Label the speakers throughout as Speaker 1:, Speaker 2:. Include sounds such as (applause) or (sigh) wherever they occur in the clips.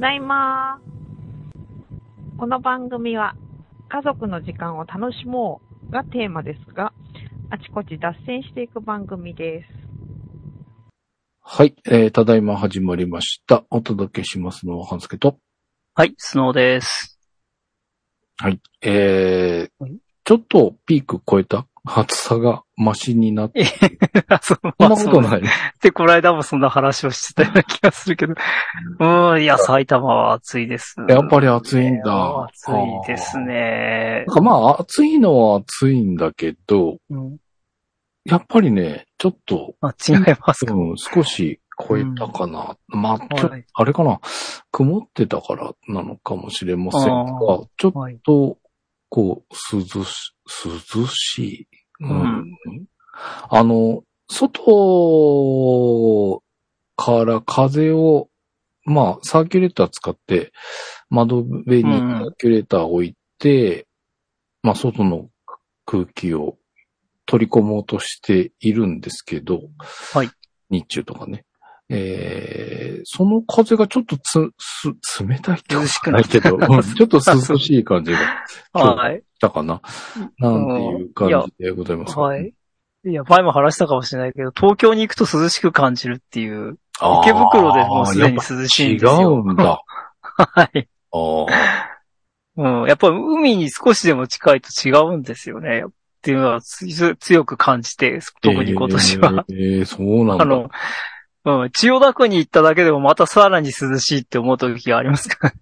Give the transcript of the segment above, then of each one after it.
Speaker 1: だいま。この番組は、家族の時間を楽しもうがテーマですが、あちこち脱線していく番組です。
Speaker 2: はい、えー、ただいま始まりました。お届けしますのは、半助と。
Speaker 3: はい、スノーです。
Speaker 2: えー
Speaker 3: はい、
Speaker 2: ちょっとピーク超えた暑さがマシになって、
Speaker 3: (laughs) そん
Speaker 2: そんなこと
Speaker 3: い。
Speaker 2: ない。
Speaker 3: って、この間もそんな話をしてたような気がするけど。うん、いや、埼玉は暑いです。
Speaker 2: やっぱり暑いんだ。
Speaker 3: 暑いですね
Speaker 2: なん。かまあ、暑いのは暑いんだけど、
Speaker 3: うん、
Speaker 2: やっぱりね、ちょっと、
Speaker 3: あ違いますか。
Speaker 2: うん、少し超えたかな。まあ、ちょ
Speaker 3: はい
Speaker 2: あれかな。曇ってたからなのかもしれませんが
Speaker 3: あ、ー
Speaker 2: ちょっ
Speaker 3: はい。
Speaker 2: と、こう、涼し、涼しい。
Speaker 3: うん
Speaker 2: あの、外から風を、まあ、サーキュレーター使って、窓辺にサ
Speaker 3: うん
Speaker 2: ーキュレーターを置いて、まあ、外の空気を取り込もうとしているんですけど、
Speaker 3: はい。
Speaker 2: 日中とかね。えー、その風がちょっとつ、す、冷たいってことは
Speaker 3: 涼しくなっ
Speaker 2: け
Speaker 3: (laughs)
Speaker 2: ど、うんちょっと涼しい感じが
Speaker 3: はい。
Speaker 2: したかな。なんていう感じでございます。
Speaker 3: はい。いや、前も話したかもしれないけど、東京に行くと涼しく感じるっていう、
Speaker 2: あー。
Speaker 3: 池袋でもうすでに涼しいんですよ
Speaker 2: やっぱ違
Speaker 3: (laughs)
Speaker 2: うんだ。
Speaker 3: はい。
Speaker 2: あー
Speaker 3: うん、やっぱり海に少しでも近いと違うんですよね。っていうのはつ強く感じて、特に今年は。。
Speaker 2: えー、そうなんだ。
Speaker 3: あの、うん、千代田区に行っただけでもまたさらに涼しいって思う時がありますから。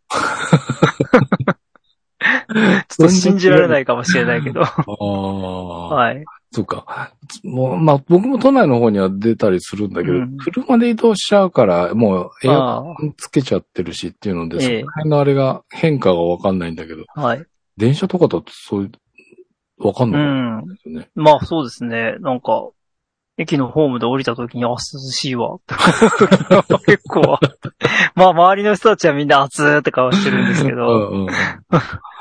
Speaker 3: ちょっと信じられないかもしれないけど。
Speaker 2: ああ、
Speaker 3: はい。
Speaker 2: そうか。もう、まあ、僕も都内の方には出たりするんだけど、
Speaker 3: うん
Speaker 2: 車で移動しちゃうから、もうエア
Speaker 3: あ
Speaker 2: コンつけちゃってるしっていうので、
Speaker 3: え
Speaker 2: そ
Speaker 3: え
Speaker 2: の辺のあれが変化がわかんないんだけど、
Speaker 3: あ、はい。
Speaker 2: 電車とかだとそういう、わかん
Speaker 3: う
Speaker 2: ないん
Speaker 3: ん。
Speaker 2: ですよね。
Speaker 3: まあそうですね。なんか、駅のホームで降りた時に、あ、涼しいわ。 (laughs) 結構、まあ周りの人たちはみんな暑いって顔してるんです
Speaker 2: (laughs)
Speaker 3: け
Speaker 2: う
Speaker 3: ど、
Speaker 2: んうんうん。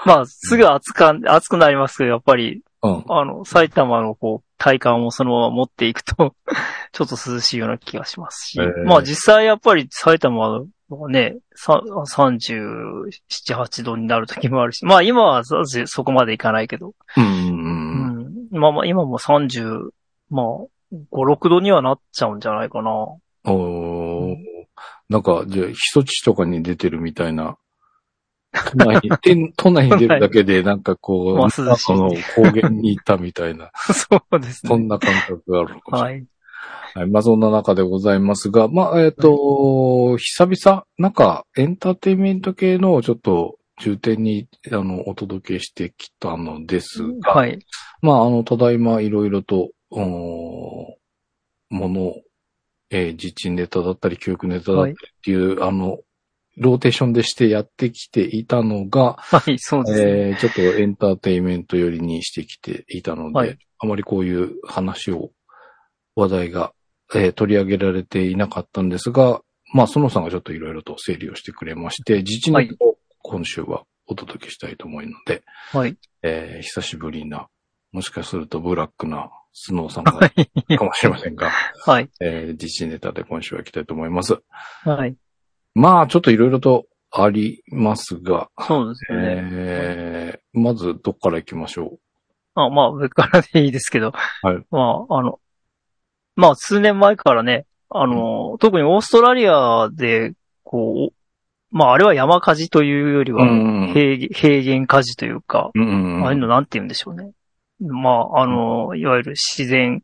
Speaker 3: まあすぐ暑か、暑くなりますけど、やっぱり
Speaker 2: うん。
Speaker 3: あの、埼玉のこう、体感をそのまま持っていくと、 (laughs) ちょっと涼しいような気がしますし。
Speaker 2: えー
Speaker 3: まあ実際やっぱり埼玉はね、さ37、8度になる時もあるし、まあ今はそそこまでいかないけど、
Speaker 2: うん
Speaker 3: う
Speaker 2: うんうん。
Speaker 3: ん。まあまあ今も30、まあ、5、6度にはなっちゃうんじゃないかな。 (laughs)
Speaker 2: おーなんか、じゃあ、避暑地とかに出てるみたいな。都 (laughs) 内に、て都内に出るだけで、なんかこう、
Speaker 3: まあ
Speaker 2: なんかその
Speaker 3: 涼
Speaker 2: 高原に行ったみた (laughs) いな、
Speaker 3: そうです
Speaker 2: そ
Speaker 3: ね。
Speaker 2: んな感覚があるのかもしれない。
Speaker 3: はい。
Speaker 2: はいまあ、そんな中でございますが、まあ、えっ、と、久々、なんか、エンターテインメント系のをちょっと重点に、あの、お届けしてきたのですが、
Speaker 3: はい。
Speaker 2: まあ、あの、ただいまいろいろと、おーもの、えー自治ネタだったり、教育ネタだったりっていう、あの、ローテーションでしてやってきていたのが、
Speaker 3: はい、そうですね。
Speaker 2: えーちょっとエンターテインメント寄りにしてきていたので、
Speaker 3: はい
Speaker 2: あまりこういう話を、話題が、えー取り上げられていなかったんですが、まあ、そのさんがちょっといろいろと整理をしてくれまして、自治ネタを今週はお届けしたいと思うので、
Speaker 3: はい。
Speaker 2: えー久しぶりな、もしかするとブラックなスノーさんが、かもしれませんが、
Speaker 3: はい。
Speaker 2: えー、自治ネタで今週は行きたいと思います。
Speaker 3: はい。
Speaker 2: まあ、ちょっといろいろとありますが、
Speaker 3: そうですね。
Speaker 2: えー、まずどっから行きましょ
Speaker 3: あ、まあ、上からでいいですけど。
Speaker 2: はい
Speaker 3: まあ、あの、まあ、数年前からね、あの、特にオーストラリアで、こう、まあ、あれは山火事というより
Speaker 2: う。
Speaker 3: は、
Speaker 2: んうん
Speaker 3: 平平原火事というか、
Speaker 2: うんうん
Speaker 3: ああ
Speaker 2: う。
Speaker 3: いうんのなんて言うんでしょうね。まあ、あの、いわゆる自然、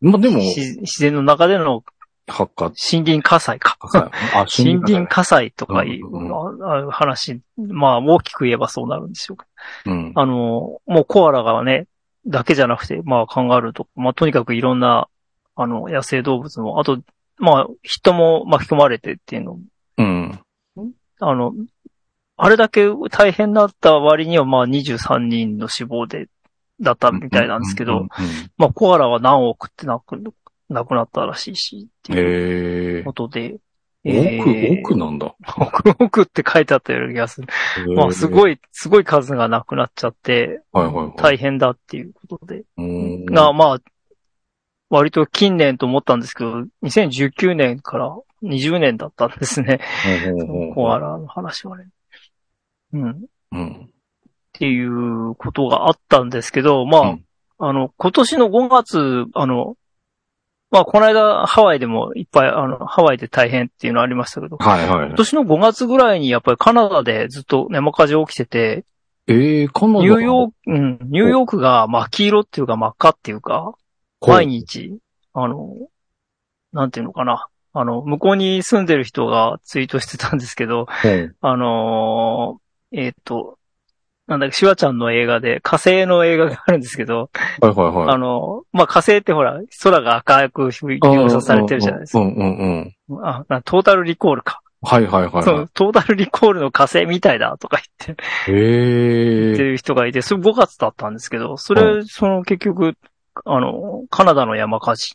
Speaker 2: まあ、でも、
Speaker 3: し自然の中での
Speaker 2: 発火。
Speaker 3: 森林火災か。 (laughs)
Speaker 2: あ、
Speaker 3: 森林
Speaker 2: 火。
Speaker 3: 火災とかいう
Speaker 2: うん
Speaker 3: ああ話、まあ、大きく言えばそうなるんでしょうか
Speaker 2: うん。
Speaker 3: あの、もうコアラがね、だけじゃなくて、まあカンガルーとか、まあとにかくいろんな、あの、野生動物も、あと、まあ人も巻き込まれてっていうのも、
Speaker 2: うん。
Speaker 3: あの、あれだけ大変だった割には、まあ23人の死亡で、だったみたいなんですけ
Speaker 2: う
Speaker 3: ど
Speaker 2: ん、。
Speaker 3: まあコアラは何億ってなく、なくなったらしいし、っていう
Speaker 2: えー
Speaker 3: こ。とで、
Speaker 2: 奥、奥なんだ。
Speaker 3: 奥、奥、奥って書いてあったような気がする。まあす
Speaker 2: い。
Speaker 3: ごい、すごい数がなくなっちゃって、
Speaker 2: はいはいはい。
Speaker 3: 大変だっていうことで、
Speaker 2: うん
Speaker 3: が、まあ、割と近年と思ったんですけど、2019年から20年だったんですね。
Speaker 2: ほうほう
Speaker 3: コ
Speaker 2: ほ
Speaker 3: ア
Speaker 2: う
Speaker 3: ラの話はね。うん。っ
Speaker 2: うん。
Speaker 3: ていうことがあったんですけど、まあ、
Speaker 2: うん
Speaker 3: あの、今年の5月、あの、まあ、この間ハワイでもいっぱい、あの、ハワイで大変っていうのありましたけど、
Speaker 2: はいはい
Speaker 3: 今。年の5月ぐらいにやっぱりカナダでずっと山火事起きてて、
Speaker 2: えー、カナダ
Speaker 3: ニューヨ
Speaker 2: ー
Speaker 3: ーク、うん、ニューヨークが真っ黄色っていうか真っ赤っていうか、毎日、あの、なんていうのかな。あの、向こうに住んでる人がツイートしてたんですけど、 (laughs) あのーえっ、と、なんだっけ、シュワちゃんの映画で火星の映画があるんですけど、
Speaker 2: はいはいはい。
Speaker 3: あの、まあ、火星ってほら、空が赤く描写されてるじゃないですか。
Speaker 2: うんうんうん。
Speaker 3: あ、なトータルリコールか。
Speaker 2: はいはいはい
Speaker 3: そ
Speaker 2: は
Speaker 3: う、トータルリコールの火星みたいだとか言って、
Speaker 2: い。
Speaker 3: 言って
Speaker 2: へえ。
Speaker 3: る人がいて、それ5月だったんですけど、それ、その結局、あの、カナダの山火事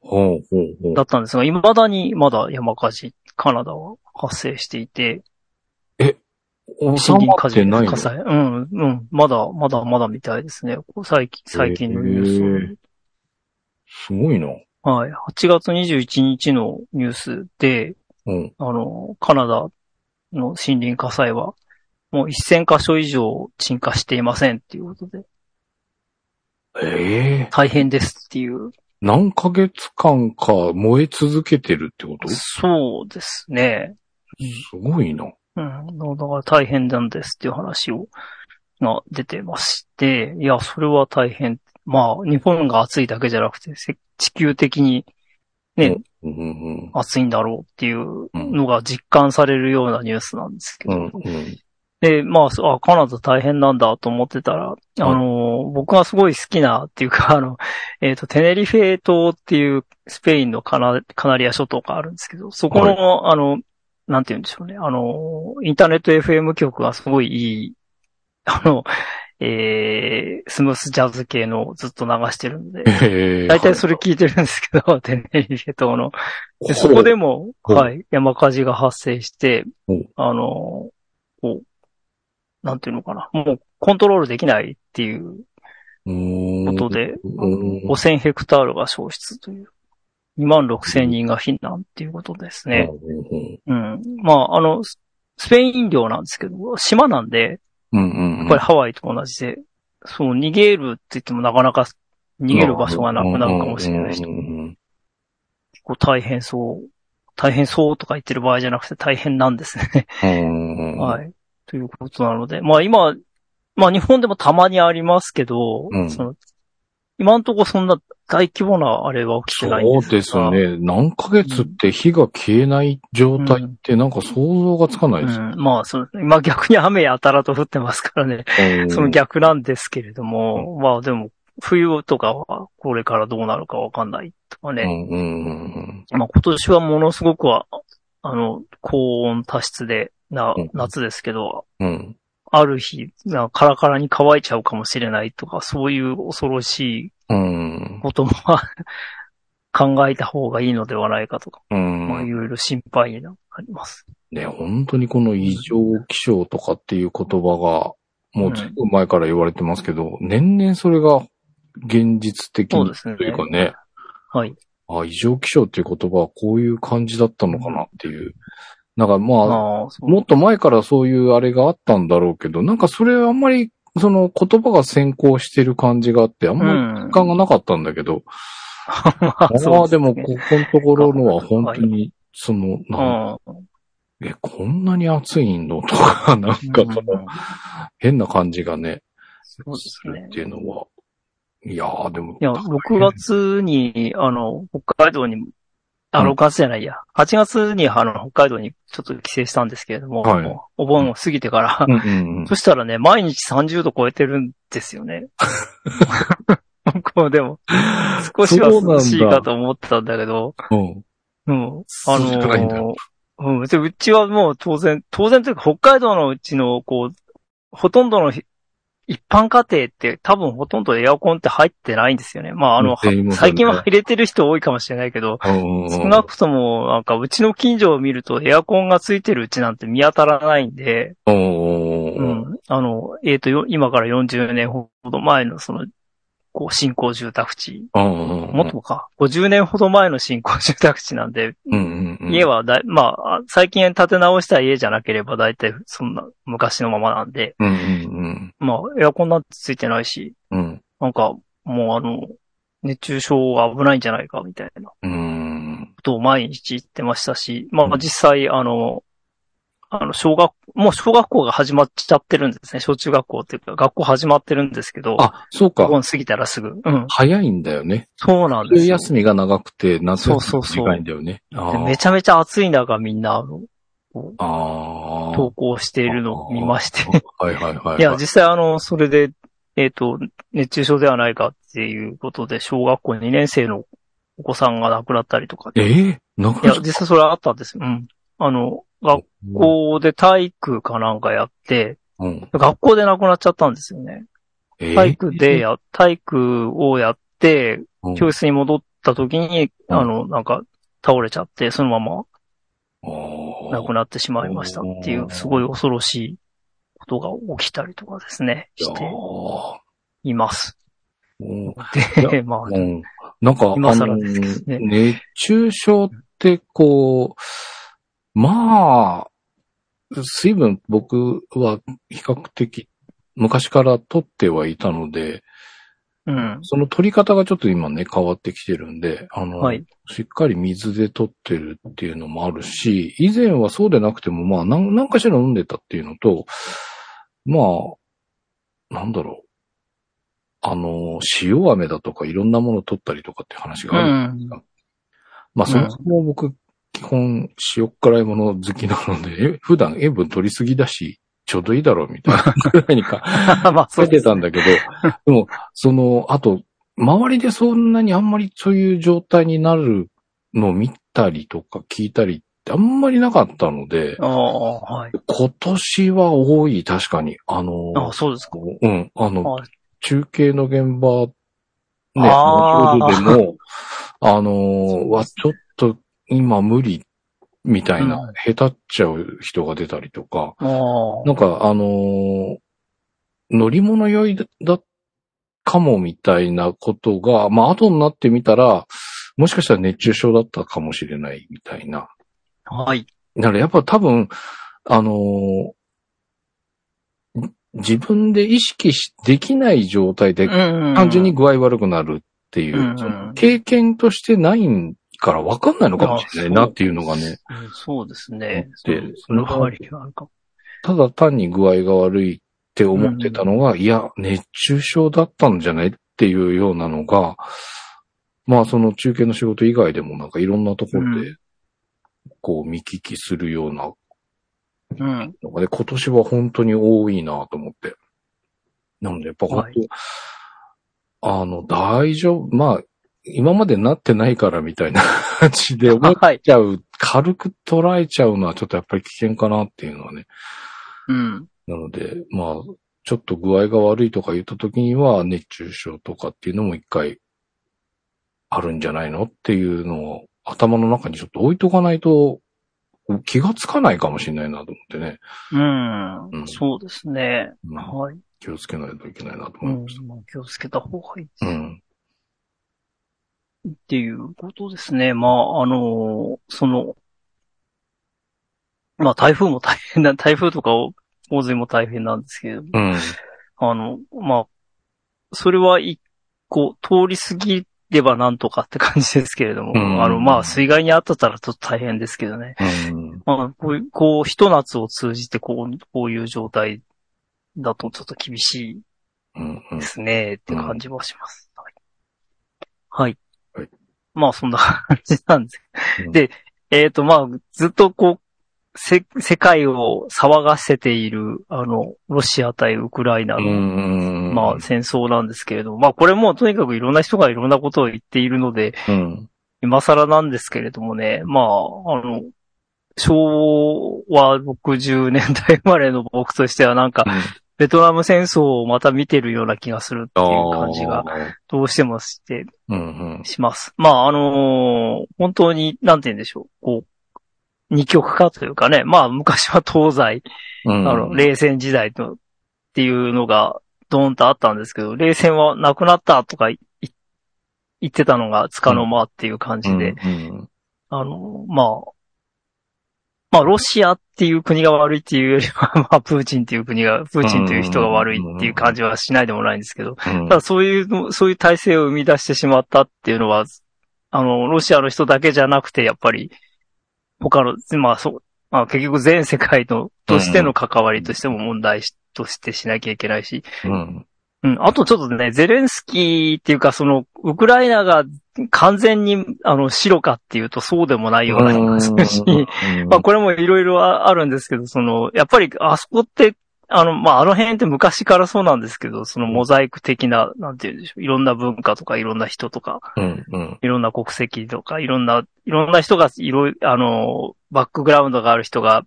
Speaker 2: ほうほうほう
Speaker 3: だ。ったんですが、未だにまだ山火事、カナダは発生していて、
Speaker 2: 収
Speaker 3: 森
Speaker 2: ま
Speaker 3: 林
Speaker 2: っ
Speaker 3: 火
Speaker 2: て
Speaker 3: 事、
Speaker 2: ないの
Speaker 3: 火災。うん、うん。まだ、まだ、まだみたいですね。こう最近、最近のニュース。
Speaker 2: すごいな。
Speaker 3: はい。8月21日のニュースで、
Speaker 2: うん。
Speaker 3: あの、カナダの森林火災は、もう1000箇所以上沈下していませんっていうことで、
Speaker 2: ええ
Speaker 3: 大変ですっていう。
Speaker 2: 何ヶ月間か燃え続けてるってことす
Speaker 3: そうですね。
Speaker 2: ごいな。
Speaker 3: うん。だから大変なんですっていう話を、が出てまして、いや、それは大変。まあ、日本が暑いだけじゃなくて、せ地球的に
Speaker 2: うんうん
Speaker 3: 暑いんだろうっていうのが実感されるようなニュースなんですけ
Speaker 2: う
Speaker 3: ど。
Speaker 2: ん。うん
Speaker 3: で、まあそう、あ、カナダ大変なんだと思ってたら、あのー、僕がすごい好きなっていうか、あ (laughs) の、えっ、と、テネリフェ島っていうスペインのカナカナリア諸島があるんですけど、そこの、あの、なんて言うんでしょうね、あのー、インターネット FM 局がすごいい (laughs) い、あの、えー、スムースジャズ系のをずっと流してるんで、
Speaker 2: へえ。
Speaker 3: 大体それ聞いてるんですけど、 (laughs) テネリフェ島の。
Speaker 2: ほ
Speaker 3: で、そうこでも、
Speaker 2: ほう
Speaker 3: はい、山火事が発生して
Speaker 2: ほう、
Speaker 3: あの、こう、なんていうのかな、もうコントロールできないっていう
Speaker 2: う
Speaker 3: こ
Speaker 2: ーん
Speaker 3: とで、あの
Speaker 2: うん
Speaker 3: 5000ヘクタールが消失という、2万6000人が避難っていうことですね。うん。まあ、あの、ススペイン領なんですけど、島なんで、
Speaker 2: うんうんうん。
Speaker 3: やっぱりハワイと同じで、そう、逃げるって言ってもなかなか逃げる場所がなくなるかもしれないし
Speaker 2: う、んうんうん
Speaker 3: 結構大変そう。大変そうとか言ってる場合じゃなくて大変なんですね。
Speaker 2: うんうん。
Speaker 3: はい。ということなので。まあ今、まあ日本でもたまにありますけど、
Speaker 2: うん
Speaker 3: その今んとこそんな大規模なあれは起きてないん
Speaker 2: そう
Speaker 3: ですが
Speaker 2: です。ね。何ヶ月って火が消えない状態ってなんか想像がつかな
Speaker 3: う
Speaker 2: いです。
Speaker 3: ん、まあそう、今逆に雨やたらと降ってますからね。
Speaker 2: うん
Speaker 3: その逆なんですけれども、まあでも、冬とかはこれからどうなるかわかんないとかね。
Speaker 2: うんうんうん
Speaker 3: まあ、今年はものすごくは、あの、高温多湿で、な
Speaker 2: うん、
Speaker 3: 夏ですけど、
Speaker 2: うん。うん。
Speaker 3: ある日、なカラカラに乾いちゃうかもしれないとか、そういう恐ろしい
Speaker 2: うん。
Speaker 3: ことも考えた方がいいのではないかとか、
Speaker 2: うん
Speaker 3: まあ、いろいろ心配になります。
Speaker 2: ね、本当にこの異常気象とかっていう言葉が、もうずいぶん前から言われてますけど、年々それが現実的
Speaker 3: そう
Speaker 2: に
Speaker 3: ですね。
Speaker 2: というかね、
Speaker 3: はい。
Speaker 2: あ異常気象っていう言葉はこういう感じだったのかなっていう。なんかまあ、
Speaker 3: まあ、そう
Speaker 2: もっと前からそういうあれがあったんだろうけど、なんかそれはあんまり、その言葉が先行してる感じがあって、あん
Speaker 3: う
Speaker 2: まり
Speaker 3: ん
Speaker 2: 実。感がなかったんだけど、
Speaker 3: (laughs) まあ、
Speaker 2: ま
Speaker 3: そう
Speaker 2: あでも、こ
Speaker 3: すね
Speaker 2: このところのは本当に、その、
Speaker 3: う
Speaker 2: なん
Speaker 3: ん。
Speaker 2: え、こんなに暑いのとか、 (laughs) なんかその、変な感じがね、
Speaker 3: そうです
Speaker 2: する
Speaker 3: ね
Speaker 2: っ。ていうのは。いやー、でも。
Speaker 3: いや、6月に、あの、北海道に、あ、
Speaker 2: うん
Speaker 3: 6月じゃないや、8月に、あの、北海道にちょっと帰省したんですけれども、
Speaker 2: はい
Speaker 3: もうお盆を過ぎてから、
Speaker 2: うんうんうん。
Speaker 3: そしたらね、毎日30度超えてるんです
Speaker 2: (laughs)
Speaker 3: よね。こうでも、少しは涼しいかと思ってたんだけど、
Speaker 2: うん。
Speaker 3: うん。あの
Speaker 2: 涼しくないんだよ
Speaker 3: うん。で、うちはもう当然、当然というか北海道のうちの、こう、ほとんどのひ一般家庭って多分ほとんどエアコンって入ってないんですよね。まああの、
Speaker 2: 入っていませんね
Speaker 3: 最近は入れてる人多いかもしれないけど、
Speaker 2: うんうん
Speaker 3: 少なくともなんかうちの近所を見るとエアコンがついてるうちなんて見当たらないんで、
Speaker 2: うんうん
Speaker 3: う
Speaker 2: うん。
Speaker 3: ん。あの、えっ、と、よ今から40年ほど前のその、構新興住宅地。
Speaker 2: うんうんうん。
Speaker 3: もっとか。50年ほど前の新興住宅地なんで、
Speaker 2: うんうんうん。
Speaker 3: 家はだい、まあ、最近建て直した家じゃなければ大体そんな昔のままなんで、
Speaker 2: うんうん
Speaker 3: まあ、エアコンなんてついてないし、
Speaker 2: うん。うん。
Speaker 3: なんか、もうあの、熱中症は危ないんじゃないかみたいなこ
Speaker 2: うん。
Speaker 3: とを毎日言ってましたし、ま
Speaker 2: う
Speaker 3: あ
Speaker 2: ん
Speaker 3: 実際あの、あの、小学、もう小学校が始まっちゃってるんですね。小中学校っていうか、学校始まってるんですけど、
Speaker 2: あ、そう
Speaker 3: お
Speaker 2: か。
Speaker 3: 盆過ぎたらすぐ。うん。
Speaker 2: 早いんだよね。
Speaker 3: そうなんです
Speaker 2: 冬
Speaker 3: よ。
Speaker 2: 休みが長くて、夏休
Speaker 3: そう
Speaker 2: み
Speaker 3: そうそう
Speaker 2: が短いんだよね。あ
Speaker 3: で
Speaker 2: ー
Speaker 3: めちゃめちゃ暑い中みんな、あの、
Speaker 2: あー。
Speaker 3: 投稿しているのを見まして。
Speaker 2: はいはいはいはい。
Speaker 3: いや、実際あの、それで、えっ、と、熱中症ではないかっていうことで、小学校2年生のお子さんが亡くなったりとか。い
Speaker 2: ええなくな
Speaker 3: や
Speaker 2: っ、ちゃっ
Speaker 3: 実際それはあったんですよ。うん。あの、学
Speaker 2: た
Speaker 3: 校で体育かなんかやって、
Speaker 2: うん。
Speaker 3: 学校で亡くなっちゃったんですよね。
Speaker 2: ええ
Speaker 3: 体育でや、体育をやって、教室に戻った時に、
Speaker 2: うん
Speaker 3: あの、なんか、倒れちゃって、そのまま
Speaker 2: な
Speaker 3: 亡くなってしまいましたってい
Speaker 2: お
Speaker 3: う、
Speaker 2: ー
Speaker 3: すごい恐ろしいことが起きたりとかですね、しています。
Speaker 2: い
Speaker 3: で、 (laughs) まあ、
Speaker 2: うん、なんか、
Speaker 3: 今
Speaker 2: あ
Speaker 3: 更
Speaker 2: の、
Speaker 3: ですけどね
Speaker 2: 熱中症ってこう、まあ、水分僕は比較的昔から取ってはいたので、
Speaker 3: うん。
Speaker 2: その取り方がちょっと今ね、変わってきてるんで、あの、
Speaker 3: はい。
Speaker 2: しっかり水で取ってるっていうのもあるし、以前はそうでなくても、まあ、なんなんかしら飲んでたっていうのと、まあ、なんだろう。あの、塩飴だとかいろんなもの取ったりとかっていう話
Speaker 3: う
Speaker 2: がある。
Speaker 3: ん。
Speaker 2: まあ、そもそも僕、基本塩辛いもの好きなので、え普段塩分取りすぎだし、ちょうどいいだろうみたい
Speaker 3: (laughs)
Speaker 2: なぐらいにか
Speaker 3: (laughs) まあ、そ
Speaker 2: 出
Speaker 3: うで
Speaker 2: て
Speaker 3: す
Speaker 2: たん
Speaker 3: (laughs)
Speaker 2: だけど、でも、その、あと、周りでそんなにあんまりそういう状態になるのを見たりとか聞いたりってあんまりなかったので、
Speaker 3: ああ、はい。
Speaker 2: 今年は多い、確かに。あの、
Speaker 3: あそうですか。
Speaker 2: うん、あの
Speaker 3: あ、
Speaker 2: 中継の現場、ね、
Speaker 3: あー
Speaker 2: 後ほどで
Speaker 3: (laughs)
Speaker 2: も、あの、は、ちょっと今無理、みたいな、
Speaker 3: う
Speaker 2: 下手っちゃう人が出たりとか、
Speaker 3: ああ。
Speaker 2: なんか、あのー乗り物酔いだだかもみたいなことが、まあ、後になってみたら、もしかしたら熱中症だったかもしれないみたいな。
Speaker 3: はい。
Speaker 2: だからやっぱ多分、あのーん自分で意識し、できない状態で単
Speaker 3: 単
Speaker 2: 純に具合悪くなるっていう、
Speaker 3: うんうん
Speaker 2: その経験としてないから分かんないのかもしれないなっていうのがね。
Speaker 3: そうですね。
Speaker 2: で
Speaker 3: その代わりがあるかも。
Speaker 2: ただ単に具合が悪いって思ってたのが、いや、熱中症だったんじゃないっていうようなのが、まあその中継の仕事以外でもなんかいろんなところ
Speaker 3: う
Speaker 2: で、こう見聞きするような
Speaker 3: うん。
Speaker 2: のがね、今年は本当に多いなと思って。なのでやっぱ本当、
Speaker 3: はい
Speaker 2: あの、大丈夫、まあ、今までなってないからみたいな感じで思っ
Speaker 3: はい。
Speaker 2: ちゃう、軽く捉えちゃうのはちょっとやっぱり危険かなっていうのはね、
Speaker 3: うん。
Speaker 2: なので、まあ、ちょっと具合が悪いとか言った時には、熱中症とかっていうのも一回あるんじゃないのっていうのを頭の中にちょっと置いとかないと気がつかないかもしれないなと思ってね。
Speaker 3: う。
Speaker 2: うんん
Speaker 3: そうですね。
Speaker 2: うん
Speaker 3: はい。
Speaker 2: 気をつけないといけないなと
Speaker 3: う
Speaker 2: 思い
Speaker 3: ん
Speaker 2: まし。
Speaker 3: まあ気をつけた方がいい
Speaker 2: た。うん。
Speaker 3: っていうことですね。まあ、あの、その、まあ、台風も大変な、台風とかを、洪水も大変なんですけれども、
Speaker 2: うん。
Speaker 3: あの、まあ、それは一個通り過ぎればなんとかって感じですけれども、
Speaker 2: うん
Speaker 3: あの、まあ、水害にあったたらちょっと大変ですけどね。
Speaker 2: うん。
Speaker 3: まあ、こういう、こう、ひと夏を通じてこう、こういう状態だとちょっと厳し
Speaker 2: うん。う
Speaker 3: い
Speaker 2: ん
Speaker 3: (laughs) ですね、って感じはします。はい。
Speaker 2: は
Speaker 3: はいい。まあ、そんな感じなんです
Speaker 2: うん
Speaker 3: でえっ、と、まあ、ずっとこう、せ、世界を騒がせている、あの、ロシア対ウクライナ
Speaker 2: う
Speaker 3: の、
Speaker 2: ん。
Speaker 3: まあ、戦争なんですけれども、まあ、これもとにかくいろんな人がいろんなことを言っているので、
Speaker 2: うん。
Speaker 3: 今更なんですけれどもね、まあ、あの、昭和60年代生まれの僕としてはなんか、ベトナム戦争をまた見てるような気がするっていう感じが、どうしてもして
Speaker 2: うん。
Speaker 3: します。まあ、あのー本当に、なんて言うんでしょう、こう、二極化というかね、まあ、昔は東西、
Speaker 2: うん。
Speaker 3: あの、
Speaker 2: レ
Speaker 3: 冷戦時代と、っていうのが、ドーンとあったんですけど、冷戦はなくなったとかいい言ってたのがつかの間っていう感じで、
Speaker 2: うん
Speaker 3: あの、まあ、まあ、ロシアっていう国が悪いっていうよりは、まあ、プーチンっていう国が、プーチンという人が悪いっていう感じはしないでもないんですけど、
Speaker 2: うん
Speaker 3: (laughs) ただそういうの、そういう体制を生み出してしまったっていうのは、あの、ロシアの人だけじゃなくて、やっぱり、他の、まあ、そう、まあ、結局全世界の、としての関わりとしても問題しとしてしなきゃいけないし、
Speaker 2: うん
Speaker 3: うん、あとちょっとね、ゼレンスキーっていうか、その、ウクライナが完全に、あの、白かっていうとそうでもないような気がするし、
Speaker 2: うん
Speaker 3: まあこれもいろいろああるんですけど、その、やっぱりあそこって、あの、まああの辺って昔からそうなんですけど、そのモザイク的な、なんて言うんでしょう、いろんな文化とかいろんな人とか、
Speaker 2: うんうん
Speaker 3: いろんな国籍とか、いろんな、いろんな人が、いろい、あの、バックグラウンドがある人が、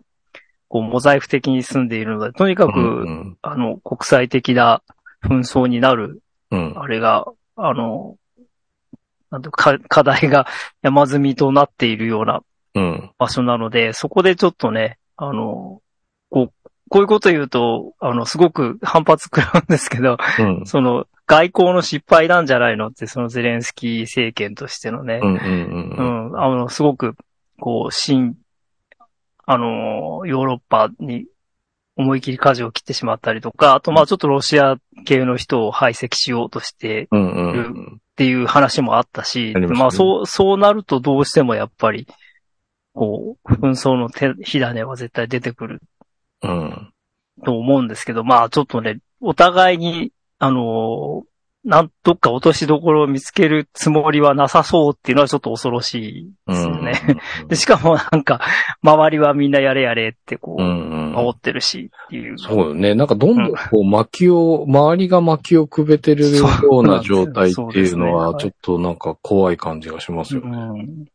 Speaker 3: こう、モザイク的に住んでいるので、とにかく、
Speaker 2: うん
Speaker 3: あの、国際的な紛争になる
Speaker 2: うん
Speaker 3: あれが、あの、なんとか課題が山積みとなっているような
Speaker 2: うん
Speaker 3: 場所なので、そこでちょっとね、あの、こう、こういうこと言うと、あの、すごく反発食らうんですけど、
Speaker 2: うん
Speaker 3: その、外交の失敗なんじゃないのって、そのゼレンスキー政権としてのね
Speaker 2: う、んうん
Speaker 3: う
Speaker 2: うん
Speaker 3: ん、あの、すごく、こう、新、あの、ヨーロッパに思い切り舵を切ってしまったりとか、あと、まあちょっとロシア系の人を排斥しようとして
Speaker 2: うんうん
Speaker 3: っていう話もあったし、
Speaker 2: ありましたね
Speaker 3: まあそう、そうなるとどうしてもやっぱり、こう、紛争の手火種は絶対出てくる
Speaker 2: うん
Speaker 3: と思うんですけど、まあちょっとね、お互いに、あのー、なん、どっか落としどころを見つけるつもりはなさそうっていうのはちょっと恐ろしいですよね。で、しかもなんか、周りはみんなやれやれってこ
Speaker 2: う
Speaker 3: う、
Speaker 2: んうん
Speaker 3: 煽ってるしっていう。
Speaker 2: そうよね。なんかどんどんこう薪を、周りが薪をくべてるような状態っていうのは、
Speaker 3: そう
Speaker 2: ちょっとなんか怖い感じがしますよ
Speaker 3: う
Speaker 2: ね。
Speaker 3: ん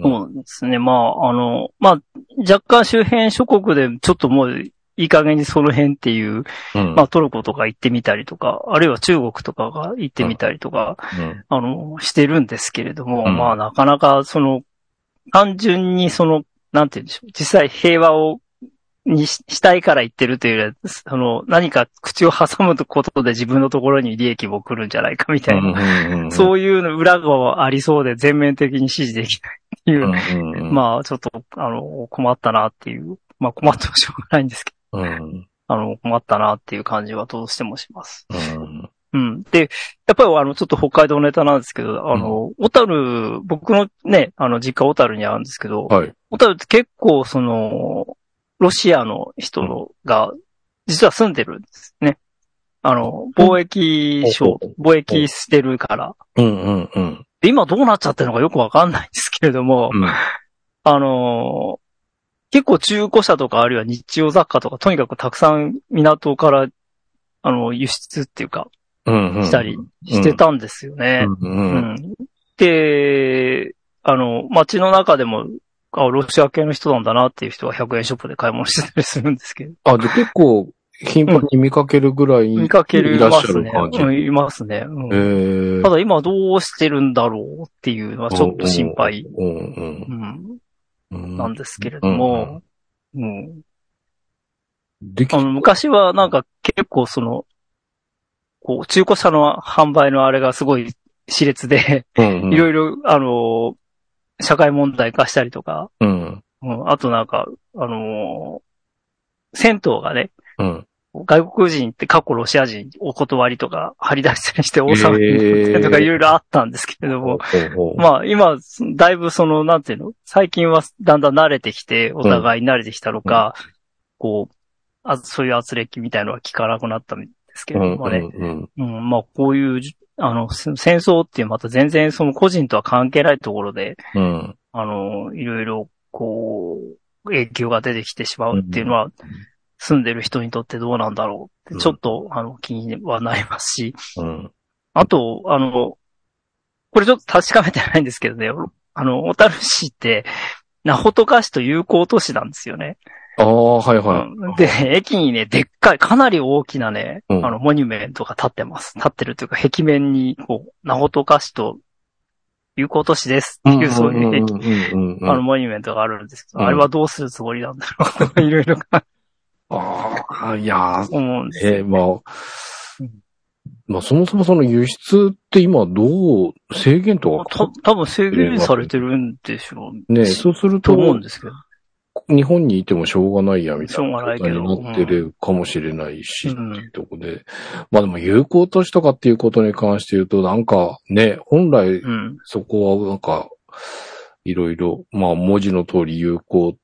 Speaker 3: そうですね。まあ、あの、まあ、若干周辺諸国でちょっともういい加減にその辺っていう、
Speaker 2: うん
Speaker 3: まあトルコとか行ってみたりとか、あるいは中国とかが行ってみたりとか、
Speaker 2: うん
Speaker 3: あの、してるんですけれども、
Speaker 2: うん
Speaker 3: まあなかなかその、単純にその、なんて言うんでしょう、実際平和を、にししたいから言ってるというよりは、その、何か口を挟むことで自分のところに利益も来るんじゃないかみたいな、
Speaker 2: うん
Speaker 3: そういうの裏がありそうで全面的に支持できないっていうう、
Speaker 2: んうんうん
Speaker 3: まあ、ちょっと、あの、困ったなっていう、まあ、困ってもしょうがないんですけど、 (laughs)
Speaker 2: うん
Speaker 3: あの、困ったなっていう感じはどうしてもします。
Speaker 2: うん
Speaker 3: うん。で、やっぱりあの、ちょっと北海道ネタなんですけど、あの、小樽、僕のね、あの、実家小樽にあるんですけど、
Speaker 2: はい。
Speaker 3: 小樽って結構、その、ロシアの人のが、実は住んでるんですね。あの、貿易商、貿易してるから。
Speaker 2: うんうんうん。
Speaker 3: で今どうなっちゃってるのかよくわかんないんですけれども、
Speaker 2: うん
Speaker 3: あのー結構中古車とかあるいは日用雑貨とか、とにかくたくさん港から、あの、輸出っていうか、
Speaker 2: うんうん。
Speaker 3: したりしてたんですよね。
Speaker 2: う
Speaker 3: うん
Speaker 2: うん
Speaker 3: で、あの、街の中でも、あ、ロシア系の人なんだなっていう人は100円ショップで買い物してたりするんですけど、
Speaker 2: あ、で、結構、頻繁に見かけるぐらい、
Speaker 3: 見かける
Speaker 2: い
Speaker 3: い
Speaker 2: らっ
Speaker 3: ま
Speaker 2: しゃ
Speaker 3: す
Speaker 2: る
Speaker 3: ね。
Speaker 2: 感じ。
Speaker 3: うんいますね。うん
Speaker 2: えー
Speaker 3: ただ今どうしてるんだろうっていうのはちょっと心配、
Speaker 2: うんうん
Speaker 3: うん
Speaker 2: うん
Speaker 3: なんですけれども、うん
Speaker 2: でき
Speaker 3: あの、昔はなんか結構その、こう、中古車の販売のあれがすごい熾烈で、
Speaker 2: うん
Speaker 3: いろいろ、あの、社会問題化したりとか、
Speaker 2: うん。
Speaker 3: うん、あとなんか、あの、銭湯がね、
Speaker 2: うん。
Speaker 3: 外国人って過去ロシア人お断りとか張り出したりして大騒ぎになったりとか
Speaker 2: へー
Speaker 3: いろいろあったんですけれど
Speaker 2: ほ
Speaker 3: も、
Speaker 2: うほう
Speaker 3: まあ今、だいぶその、なんていうの最近はだんだん慣れてきて、お互い慣れてきたのか、こう、あそういう圧力みたいのは聞かなくなったんですけれ
Speaker 2: う
Speaker 3: ど
Speaker 2: ん
Speaker 3: もね。
Speaker 2: うんうん
Speaker 3: うんまあこういう、あの、せ戦争っていうまた全然その個人とは関係ないところで、
Speaker 2: うん。
Speaker 3: あの、いろいろ、こう、影響が出てきてしまうっていうのは、住んでる人にとってどうなんだろうって、ちょっと、あの、気にはなりますし、
Speaker 2: うん。
Speaker 3: あと、あの、これちょっと確かめてないんですけどね、あの、小樽市って、ナホトカ市と友好都市なんですよね。
Speaker 2: ああ、はいは
Speaker 3: うんで、駅にね、でっかい、かなり大きなね、
Speaker 2: うん
Speaker 3: あの、モニュメントが立ってます。立ってるというか、壁面に、こう、ナホトカ市と友好都市です
Speaker 2: い。
Speaker 3: っていう、そういう駅、
Speaker 2: うんうん
Speaker 3: あの、モニュメントがあるんですけど、
Speaker 2: うん
Speaker 3: あれはどうするつもりな
Speaker 2: (laughs)
Speaker 3: んだろうとか、いろいろ
Speaker 2: ああ、いやー、
Speaker 3: 思うんですよ
Speaker 2: えー、まあ、
Speaker 3: うん
Speaker 2: まあそもそもその輸出って今どう制限とか
Speaker 3: た、多分制限されてるんでしょう。
Speaker 2: ね、そうする
Speaker 3: と
Speaker 2: と、
Speaker 3: 思うんですけど。
Speaker 2: 日本にいてもしょうがないやみたいな
Speaker 3: しょうがない
Speaker 2: 状
Speaker 3: け
Speaker 2: 態
Speaker 3: ど
Speaker 2: になってるかもしれないし、
Speaker 3: うん
Speaker 2: っていうとこで。まあでも有効都市とかっていうことに関して言うと、なんかね、本来
Speaker 3: うん。
Speaker 2: そこはなんか、いろいろ、まあ文字の通り有効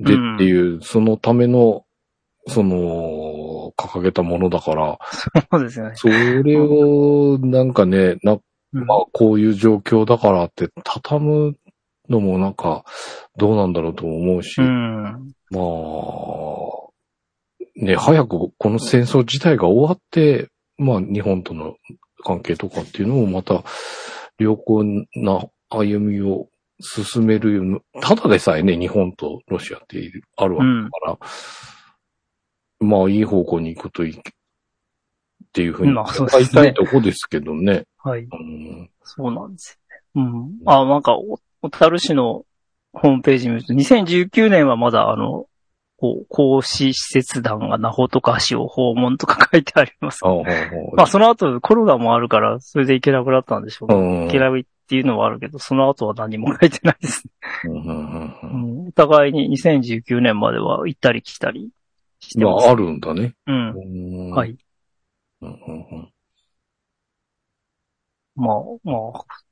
Speaker 2: で
Speaker 3: うん
Speaker 2: っていう、そのための、その、掲げたものだから、
Speaker 3: そうですね。
Speaker 2: それをなんかね、な
Speaker 3: うん
Speaker 2: まあ、こういう状況だからって、畳むのもなんか、どうなんだろうとも思うし、
Speaker 3: うん。
Speaker 2: まあ、ね、早くこの戦争自体が終わって、まあ、日本との関係とかっていうのもまた、良好な歩みを進めるような、ただでさえね、日本とロシアっているあるわ
Speaker 3: う
Speaker 2: け
Speaker 3: ん。
Speaker 2: だから、まあ、いい方向に行くといい、っていうふうに、
Speaker 3: まあそうですね
Speaker 2: たいとこですけどね。
Speaker 3: はい。
Speaker 2: うん
Speaker 3: そうなんですよね。うん。あ、なんか、お小樽市のホームページ見ると、2019年はまだ、あの、こう、講師施設団が名穂とか市を訪問とか書いてあります
Speaker 2: あ。あ、
Speaker 3: まあ、その後コロナもあるから、それで行けなくなったんでしょう
Speaker 2: う
Speaker 3: ね。
Speaker 2: ん
Speaker 3: 行けないっていうのはあるけど、その後は何も書いてないですね。
Speaker 2: うんうんうん
Speaker 3: う
Speaker 2: うん
Speaker 3: ん。お互いに2019年までは行ったり来たりして
Speaker 2: ま
Speaker 3: ます。
Speaker 2: あ、あるんだね。
Speaker 3: うん。
Speaker 2: うん
Speaker 3: は。い。
Speaker 2: うんうんうん
Speaker 3: まあ、ま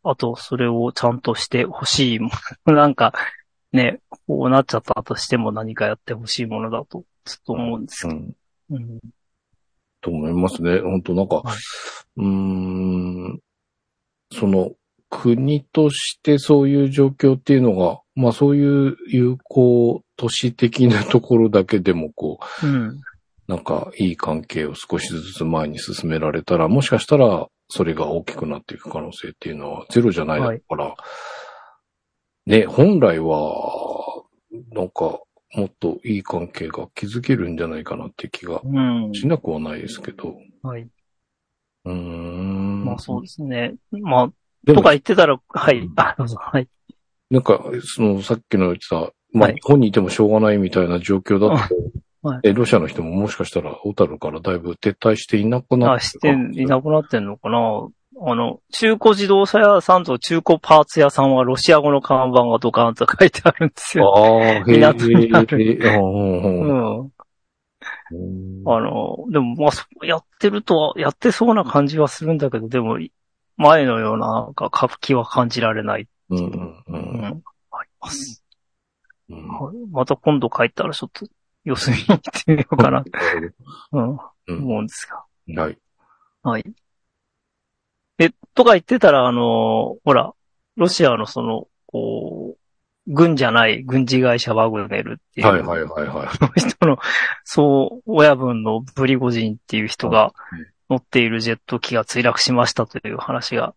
Speaker 3: あ、あと、それをちゃんとしてほしい (laughs) もの。なんか、ね、こうなっちゃったとしても何かやってほしいものだと、ちょっと思うんです
Speaker 2: う
Speaker 3: けど。
Speaker 2: ん
Speaker 3: うん。
Speaker 2: と思いますね。本当なんか、
Speaker 3: はいう
Speaker 2: ーん、その、国としてそういう状況っていうのが、まあそういう友好都市的なところだけでもこ
Speaker 3: うん。
Speaker 2: う、なんかいい関係を少しずつ前に進められたら、もしかしたらそれが大きくなっていく可能性っていうのはゼロじゃないだろうから、ね、本来は、なんかもっといい関係が築けるんじゃないかなって気が
Speaker 3: うん。
Speaker 2: しなくはないですけど。
Speaker 3: はい。
Speaker 2: うーん。
Speaker 3: まあ、そうですね。まあ、
Speaker 2: で
Speaker 3: と
Speaker 2: も
Speaker 3: か、言ってたら、はい。あ、どうぞ。はい。
Speaker 2: なんか、その、さっきの言ってた、まあ、
Speaker 3: はい
Speaker 2: 日本にいてもしょうがないみたいな状況だと、
Speaker 3: はい
Speaker 2: えロシアの人ももしかしたら、小樽からだいぶ撤退していなくな
Speaker 3: あ、
Speaker 2: って
Speaker 3: していなくなってんのかなあの、中古自動車屋さんと中古パーツ屋さんはロシア語の看板がドカーンと書いてあるんですよ。
Speaker 2: ああ、へえ、
Speaker 3: 港にある
Speaker 2: へえあー
Speaker 3: う
Speaker 2: うん
Speaker 3: ん。
Speaker 2: うん
Speaker 3: あの、でもまあ、そうやってるとは、やってそうな感じはするんだけど、でも、い前のような、なんか活気は感じられない。
Speaker 2: うんうんう
Speaker 3: うんん。あります。
Speaker 2: うん
Speaker 3: はいまた今度帰ったらちょっと、様子見に行ってみようかな。うん。
Speaker 2: うん
Speaker 3: 思うんですが。
Speaker 2: はい。
Speaker 3: はい。え、とか言ってたら、あの、ほら、ロシアのその、こう、軍じゃない軍事会社ワグネルっていう、
Speaker 2: はいはいはいは
Speaker 3: その人の、そう、親分のブリゴジンっていう人が
Speaker 2: い
Speaker 3: 乗っているジェット機が墜落しましたという話が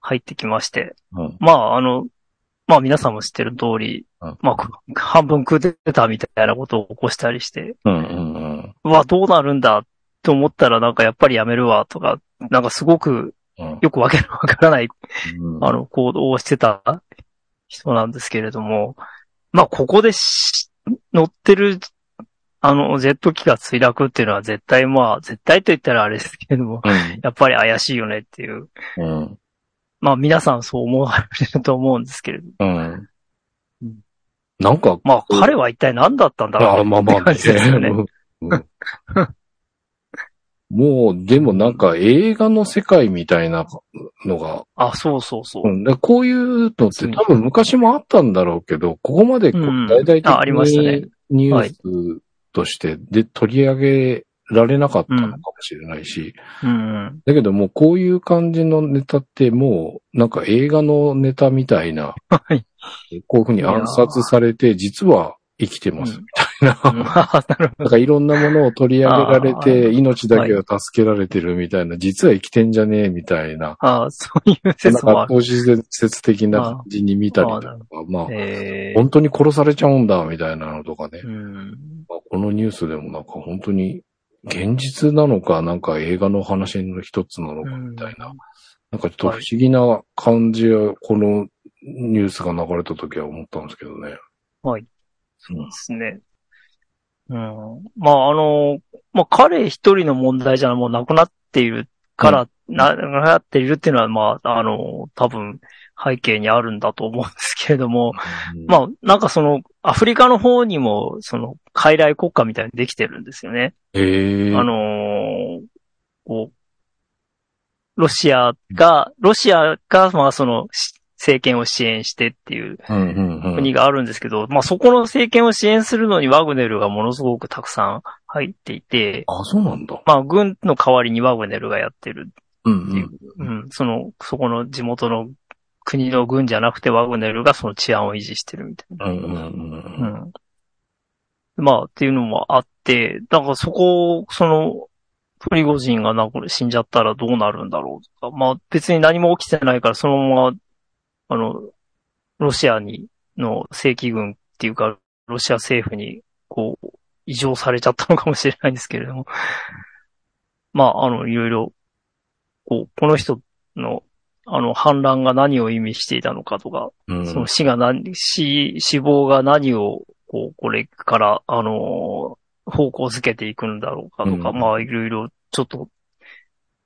Speaker 3: 入ってきまして、
Speaker 2: い。
Speaker 3: まあ、あの、まあ皆さんも知ってる通り、
Speaker 2: うん
Speaker 3: まあ、く半分クーデターみたいなことを起こしたりして、
Speaker 2: うんうんうん
Speaker 3: うわ、どうなるんだって思ったらなんかやっぱりやめるわとか、なんかすごく
Speaker 2: うん
Speaker 3: よくわけのわからない、
Speaker 2: うん。
Speaker 3: あの、行動をしてた人なんですけれども、まあ、ここでし乗ってる、あの、ジェット機が墜落っていうのは絶対まあ、絶対と言ったらあれですけれども、やっぱり怪しいよねっていう、
Speaker 2: うん。
Speaker 3: まあ皆さんそう思われると思うんですけれど、
Speaker 2: うん。なんか、
Speaker 3: まあ彼は一体何だったんだろう
Speaker 2: ああ、まあまあ、
Speaker 3: って感じですよね。
Speaker 2: うんもう、でもなんか映画の世界みたいなのが、
Speaker 3: あ、そうそうそう
Speaker 2: う。ん、だこういうのって多分昔もあったんだろうけど、ここまでこう
Speaker 3: うん
Speaker 2: 大々的
Speaker 3: あありましたね
Speaker 2: にニュースとしてで取り上げられなかったのかもしれないし、
Speaker 3: うん。
Speaker 2: だけどもうこういう感じのネタってもうなんか映画のネタみたいな、
Speaker 3: (laughs) はい。
Speaker 2: こういうふうに暗殺されて実は生きてますみたいな。
Speaker 3: ま (laughs) あ、なる
Speaker 2: なんかいろんなものを取り上げられ
Speaker 3: あ
Speaker 2: て、
Speaker 3: ー
Speaker 2: 命だけは助けられてるみたいな、実は生きてんじゃねえみたいな、
Speaker 3: ああ、そういう
Speaker 2: なん
Speaker 3: 説もあ
Speaker 2: か都
Speaker 3: る。
Speaker 2: 市説的な感じに見たりと
Speaker 3: あー
Speaker 2: か
Speaker 3: あ、
Speaker 2: まあ、
Speaker 3: ええ
Speaker 2: 本当に殺されちゃうんだみたいなのとかね、
Speaker 3: うん。
Speaker 2: まあこのニュースでもなんか本当に現実なのか、なんか映画の話の一つなのかみたいな、なんかちょっと不思議な感じは、このニュースが流れた時は思ったんですけどね。
Speaker 3: そうですね。うん。まあ、あの、まあ、彼一人の問題じゃもうなくなっているから、な、なくなっているっていうのは、まあ、あの、多分、背景にあるんだと思うんですけれども、ま
Speaker 2: あ、
Speaker 3: あ、なんかその、アフリカの方にも、その、傀儡国家みたいにできてるんですよね。
Speaker 2: ええ
Speaker 3: あのーこう、ロシアが、ロシアが、まあその、し政権を支援してっていう
Speaker 2: うんうんうん
Speaker 3: 国があるんですけど、まあそこの政権を支援するのにワグネルがものすごくたくさん入っていて、
Speaker 2: あ、そうなんだ。
Speaker 3: まあ軍の代わりにワグネルがやってる。
Speaker 2: うん
Speaker 3: うん、その、そこの地元の国の軍じゃなくてワグネルがその治安を維持してるみたいな。
Speaker 2: うん。うんうんうん。
Speaker 3: うんまあ、っていうのもあって、だからそこを、その、プリゴジンがな死んじゃったらどうなるんだろうとか、まあ別に何も起きてないから、そのまま、あの、ロシアに、の正規軍っていうか、ロシア政府に、こう、異常されちゃったのかもしれないんですけれども。まあ、あの、いろいろ、こう、この人の、あの、反乱が何を意味していたのかとか、
Speaker 2: うん
Speaker 3: その死が何、死、死亡が何を、こう、これから、あのー方向づけていくんだろうかとか、
Speaker 2: うん
Speaker 3: まあ、いろいろ、ちょっと、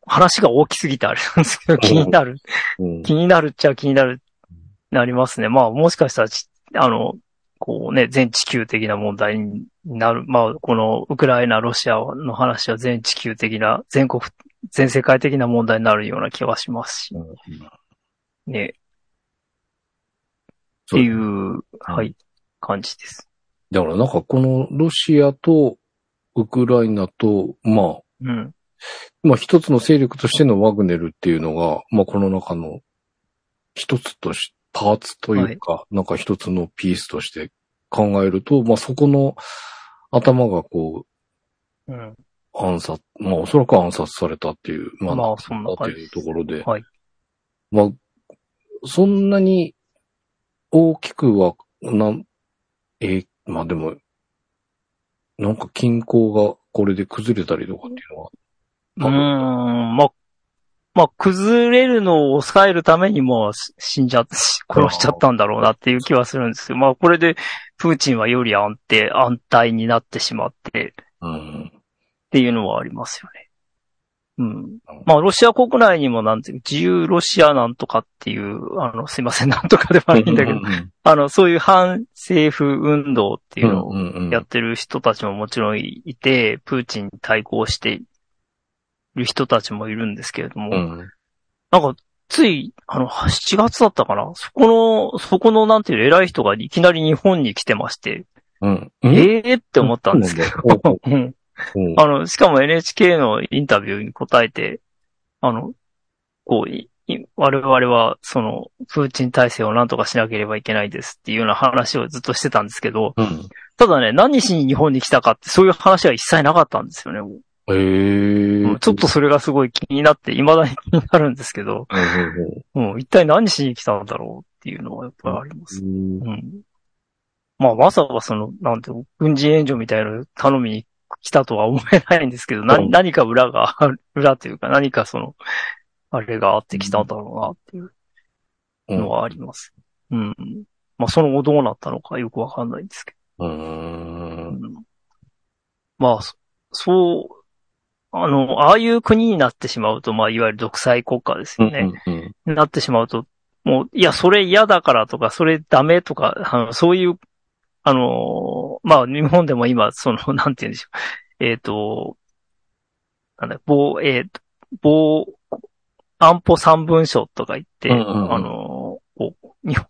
Speaker 3: 話が大きすぎてあれなんですけど、気になる、
Speaker 2: うん
Speaker 3: 気になるっちゃ気になる、なりますね。まあ、もしかしたらち、あの、こうね、全地球的な問題になる。まあ、このウクライナ、ロシアの話は全地球的な、全国、全世界的な問題になるような気はしますし、ね、っ
Speaker 2: そ
Speaker 3: て
Speaker 2: う
Speaker 3: いう、はい、感じです。
Speaker 2: だからなんかこのロシアとウクライナと、まあ、
Speaker 3: うん。
Speaker 2: まあ一つの勢力としてのワグネルっていうのが、まあこの中の一つとし、パーツというか、なんか一つのピースとして考えると、まあそこの頭がこ
Speaker 3: うん。
Speaker 2: う暗殺、まあおそらく暗殺されたっていう、まあ、
Speaker 3: まあ、そんな
Speaker 2: と
Speaker 3: 感
Speaker 2: いう
Speaker 3: じ。
Speaker 2: ところで、
Speaker 3: はい。
Speaker 2: まあ、そんなに大きくは、なん、えーまあでも、なんか均衡がこれで崩れたりとかっていうのは、
Speaker 3: うーん、まあ、まあ、崩れるのを抑えるためにもし死んじゃったし、殺しちゃったんだろうなっていう気はするんですよ。まあ、これで、プーチンはより安定、安泰になってしまってっ
Speaker 2: うん。
Speaker 3: ていうのはありますよね。うん。まあ、ロシア国内にもなんて、自由ロシアなんとかっていう、あの、すいません、なんとかではないんだけど、あの、そういう反政府運動っていうのをやってる人たちももちろんいて、プーチンに対抗している人たちもいるんですけれども、
Speaker 2: うん
Speaker 3: なんか、つい、あの、7月だったかなそこの、そこの、なんていう偉い人がいきなり日本に来てまして、
Speaker 2: うん。
Speaker 3: え
Speaker 2: え
Speaker 3: えーって思ったんですけ
Speaker 2: そうなんだ
Speaker 3: ど、うん
Speaker 2: うん
Speaker 3: あの、しかも NHK のインタビューに答えて、あの、こう、いい我々は、その、プーチン体制をなんとかしなければいけないですっていうような話をずっとしてたんですけど、
Speaker 2: うん
Speaker 3: ただね、何しに日本に来たかって、そういう話は一切なかったんですよね。も
Speaker 2: え
Speaker 3: う
Speaker 2: ー
Speaker 3: うんちょっと、それがすごい気になって、未だに気になるんですけど、うん、一体何しに来たんだろうっていうのはやっぱりあります。うん。まあ、まさかその、なんていうの、軍事援助みたいなの頼みに来たとは思えないんですけど、
Speaker 2: う
Speaker 3: 何
Speaker 2: ん
Speaker 3: 何か裏が、裏というか何かその、あれがあってきたんだろうなっていうのはあります。うん。まあ、その後どうなったのかよくわかんないんですけど。
Speaker 2: うんうん
Speaker 3: まあ、そそう、あの、ああいう国になってしまうと、まあ、いわゆる独裁国家ですよね。
Speaker 2: うん
Speaker 3: なってしまうと、もう、いや、それ嫌だからとか、それダメとか、あのそういう、あのー、まあ、日本でも今、その、 (laughs) なんて言うんでしょう。えっ、と、なんだ、防、えっ、と、防、安保三文書とか言って、
Speaker 2: うんうんうん
Speaker 3: あのー、こう日本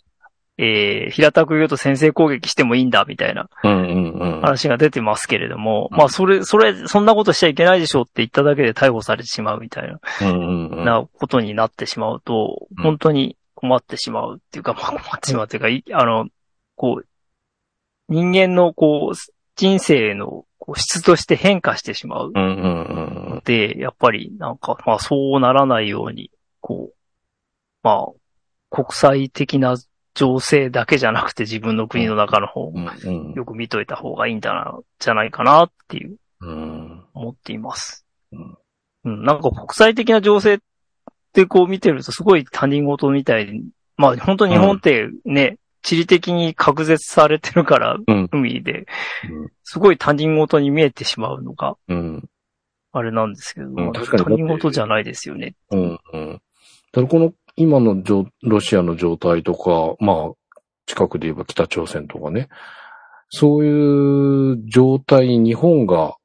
Speaker 3: えー平たく言うと先制攻撃してもいいんだ、みたいな
Speaker 2: うんうんうん
Speaker 3: 話が出てますけれども、
Speaker 2: うん
Speaker 3: まあ、それ、それ、そんなことしちゃいけないでしょうって言っただけで逮捕されてしまうみたいな。
Speaker 2: うんうん
Speaker 3: なことになってしまうと、
Speaker 2: うん
Speaker 3: 本当に困ってしまうってい
Speaker 2: (laughs)
Speaker 3: うか、まあ困ってしまうっていうかい、あの、こう、人間のこう、人生のこう質として変化してしまう
Speaker 2: うんうんうん
Speaker 3: ので、やっぱりなんか、まあそうならないように、こう、まあ、国際的な情勢だけじゃなくて自分の国の中の方
Speaker 2: う
Speaker 3: も
Speaker 2: んうん
Speaker 3: よく見といた方がいいんだな、じゃないかなっていう
Speaker 2: うん
Speaker 3: 思っています。
Speaker 2: うん
Speaker 3: うん、なんか国際的な情勢ってこう見てるとすごい他人事みたいに、まあ本当日本ってね、地理的に隔絶されてるから、
Speaker 2: うん
Speaker 3: 海で、すごい他人事に見えてしまうのが、
Speaker 2: うん。
Speaker 3: あれなんですけど、まあ
Speaker 2: 確かに
Speaker 3: 他人事じゃないですよね。
Speaker 2: うん。うん。だからこの、今のじょロシアの状態とか、まあ、近くで言えば北朝鮮とかね、そういう状態に日本が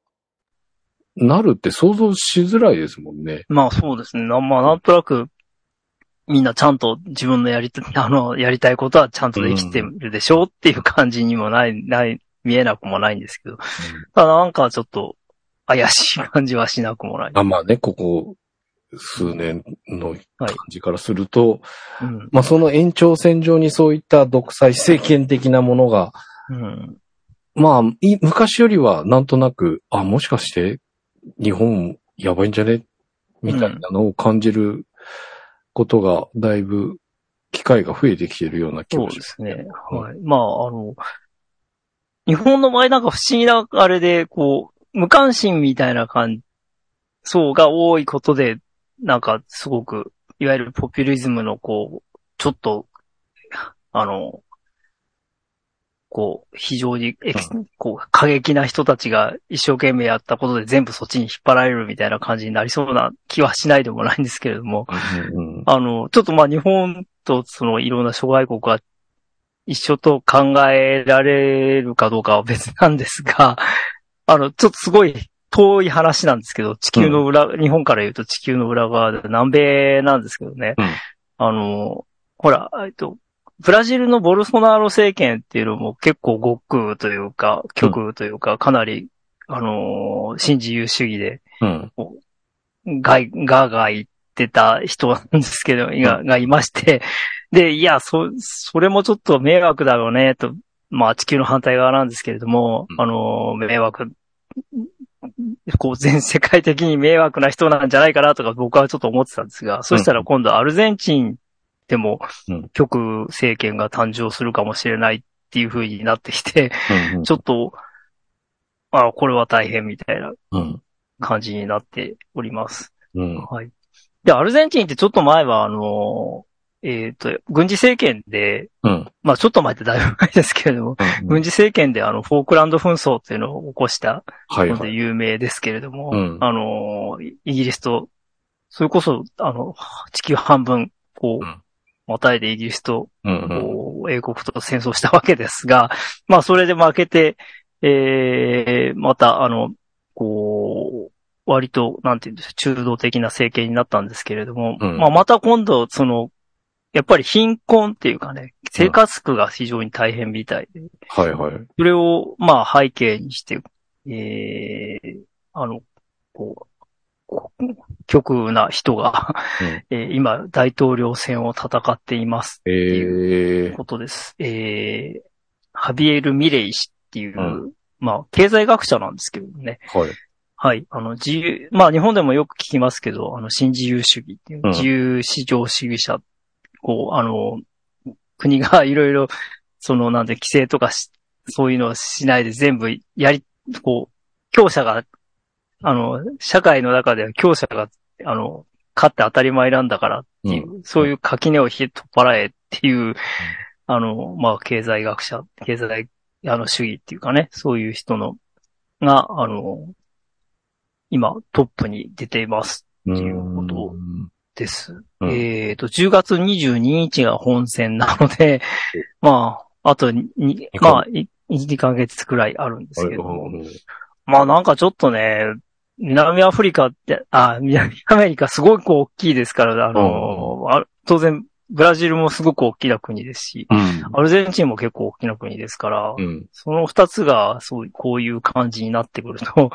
Speaker 2: なるって想像しづらいですもんね。
Speaker 3: まあそうですね。なまあなんとなく、みんなちゃんと自分のやりた、 (laughs) あの、やりたいことはちゃんとできてるでしょうっていう感じにもない、ない、見えなくもないんですけど。ただなんかちょっと、怪しい感じはしなくもない。
Speaker 2: あまあね、ここ数年の
Speaker 3: は
Speaker 2: 感
Speaker 3: い
Speaker 2: じからすると、
Speaker 3: うん。
Speaker 2: まあ、その延長線上にそういった独裁政権的なものが、
Speaker 3: うん。
Speaker 2: まあ、い昔よりはなんとなく、あ、もしかして日本やばいんじゃねみたいなのを感じることが、だいぶ機会が増えてきてるような気
Speaker 3: そう
Speaker 2: が
Speaker 3: で
Speaker 2: します
Speaker 3: ね。はい。まあ、あの、日本の場合なんか不思議な、あれで、こう、無関心みたいな感じ、層が多いことで、なんかすごく、いわゆるポピュリズムの、こう、ちょっと、あの、こう、非常にエキス、こう、過激な人たちが一生懸命やったことで全部そっちに引っ張られるみたいな感じになりそうな気はしないでもないんですけれども。
Speaker 2: うんうん
Speaker 3: あの、ちょっとまあ日本とそのいろんな諸外国は一緒と考えられるかどうかは別なんですが、 (laughs) あの、ちょっとすごい遠い話なんですけど、地球の裏、日本から言うと地球の裏側で南米なんですけどね。
Speaker 2: うん
Speaker 3: あの、ほら、えっと、ブラジルのボルソナロ政権っていうのも結構極右というか、極右というか、かなり、あの、新自由主義で、
Speaker 2: うん。
Speaker 3: がい、がが言ってた人なんですけど、が、がいまして、で、いや、そ、それもちょっと迷惑だろうね、と、まあ地球の反対側なんですけれども、
Speaker 2: うん
Speaker 3: あの、迷惑、こう全世界的に迷惑な人なんじゃないかなとか僕はちょっと思ってたんですが、そしたら今度アルゼンチンでも
Speaker 2: うん
Speaker 3: 極右政権が誕生するかもしれないっていう風になってきて、
Speaker 2: うん
Speaker 3: ちょっと、あこれは大変みたいな
Speaker 2: うん。
Speaker 3: 感じになっております。
Speaker 2: うん。
Speaker 3: はい。で、アルゼンチンってちょっと前は、あの、えっ、と、軍事政権で、
Speaker 2: うん。
Speaker 3: まあちょっと前ってだいぶ前ですけれども、軍事政権であの、フォークランド紛争っていうのを起こした
Speaker 2: はい
Speaker 3: の
Speaker 2: は
Speaker 3: で
Speaker 2: い。
Speaker 3: 有名ですけれども、
Speaker 2: うん
Speaker 3: あの、イイギリスと、それこそ、あの、地球半分、こう、
Speaker 2: うん
Speaker 3: またいでイギリスと、
Speaker 2: うんうん
Speaker 3: こう英国と戦争したわけですが、 (laughs) まあそれで負けて、えー、また、あの、こう、割と、なんていうんですか、中道的な政権になったんですけれども、
Speaker 2: うん
Speaker 3: まあまた今度、その、やっぱり貧困っていうかね、生活苦が非常に大変みたいで、
Speaker 2: はいはい。
Speaker 3: それを、まあ背景にして、えー、あの、こう、こ極右な人が、 (laughs) えー今、大統領選を戦っています
Speaker 2: ええ
Speaker 3: ことです。えー、ハビエル・ミレイ氏っていう、
Speaker 2: うん
Speaker 3: まあ、経済学者なんですけどね。
Speaker 2: はい。
Speaker 3: はい。あの、自由、まあ、日本でもよく聞きますけど、あの、新自由主義っていう、
Speaker 2: うん
Speaker 3: 自由市場主義者、こう、あの、国が (laughs) いろいろ、その、なんで、規制とかし、そういうのをしないで全部やり、こう、強者が、あの、社会の中では強者が、あの、勝って当たり前なんだからっていう、そういう垣根を引っ張らえっていう、あの、まあ、経済学者、経済、あの、主義っていうかね、そういう人の、が、あの、今、トップに出ています。
Speaker 2: うん
Speaker 3: っていうことをです。
Speaker 2: うん
Speaker 3: えっと、10月22日が本戦なので、まあ、あとに、
Speaker 2: か
Speaker 3: まあ、1、2ヶ月くらいあるんですけども、まあなんかちょっとね、南アフリカって、あ、南アメリカすごく大きいですから、あの、あ当然、ブラジルもすごく大きな国ですし、アルゼンチンも結構大きな国ですから
Speaker 2: う、ん。
Speaker 3: その二つが、そう、こういう感じになってくると、 (laughs)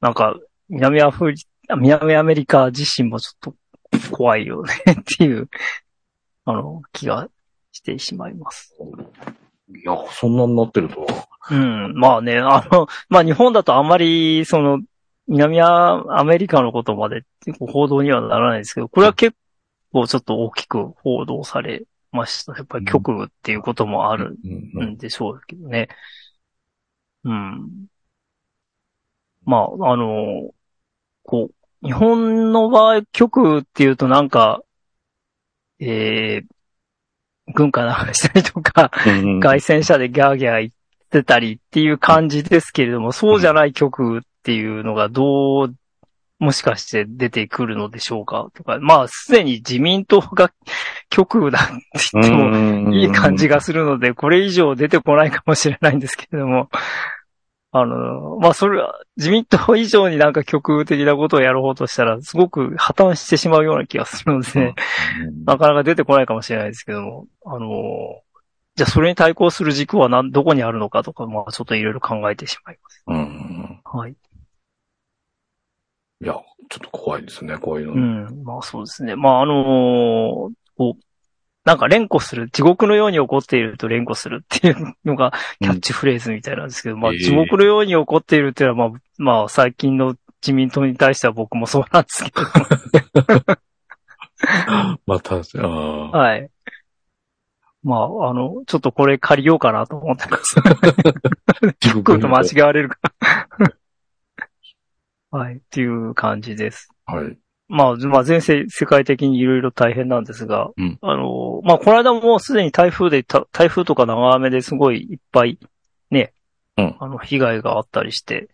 Speaker 3: なんか、南アフリ、南アメリカ自身もちょっと怖いよねっていう、あの、気がしてしまいます。
Speaker 2: いや、そんなになってるとは。
Speaker 3: うん。まあね、あの、 (laughs) まあ日本だとあんまり、その、南アメリカのことまで結構報道にはならないですけど、これは結構ちょっと大きく報道されました。やっぱり極右っていうこともある
Speaker 2: うん
Speaker 3: うんでしょうけどね。うん。まあ、あの、こう、日本の場合、局っていうとなんか、えー、軍艦流したりとか、
Speaker 2: うん
Speaker 3: 外戦車でギャーギャー言ってたりっていう感じですけれども、そうじゃない曲っていうのがどう、もしかして出てくるのでしょうかとか、まあ、すでに自民党が曲だって言ってもいい感じ
Speaker 2: が。
Speaker 3: がするので、これ以上出てこないかもしれないんですけれども、あの、まあ、それは、自民党以上になんか極的なことをやろうとしたら、すごく破綻してしまうような気がするので、なかなか出てこないかもしれないですけども、あのーじゃあそれに対抗する軸はなんどこにあるのかとか、まあちょっといろいろ考えてしまいます。
Speaker 2: うんうん
Speaker 3: はい。
Speaker 2: いや、ちょっと怖いですね、こういうの。
Speaker 3: うん。まあそうですね。まああのーこう、なんか連呼する、地獄のように起こっていると連呼するっていうのがキャッチフレーズみたいなんですけど、まあ
Speaker 2: ええ
Speaker 3: 地獄のように起こっているっていうのは、まあ、まあ最近の自民党に対しては僕もそうなんですけ (laughs) ど、
Speaker 2: (laughs) また、あー
Speaker 3: はい。まあ、あの、ちょっとこれ借りようかなと思ってます。
Speaker 2: 地
Speaker 3: 来
Speaker 2: 獄
Speaker 3: ると
Speaker 2: の
Speaker 3: 間違われるから。 (laughs) はい、っていう感じです。
Speaker 2: はい。
Speaker 3: まあ、まあ、全世世界的にいろいろ大変なんですが、
Speaker 2: うん
Speaker 3: あの、まあ、この間もうすでに台風で、た台風とか長雨ですごいいっぱい、ね、
Speaker 2: うん
Speaker 3: あの、被害があったりして、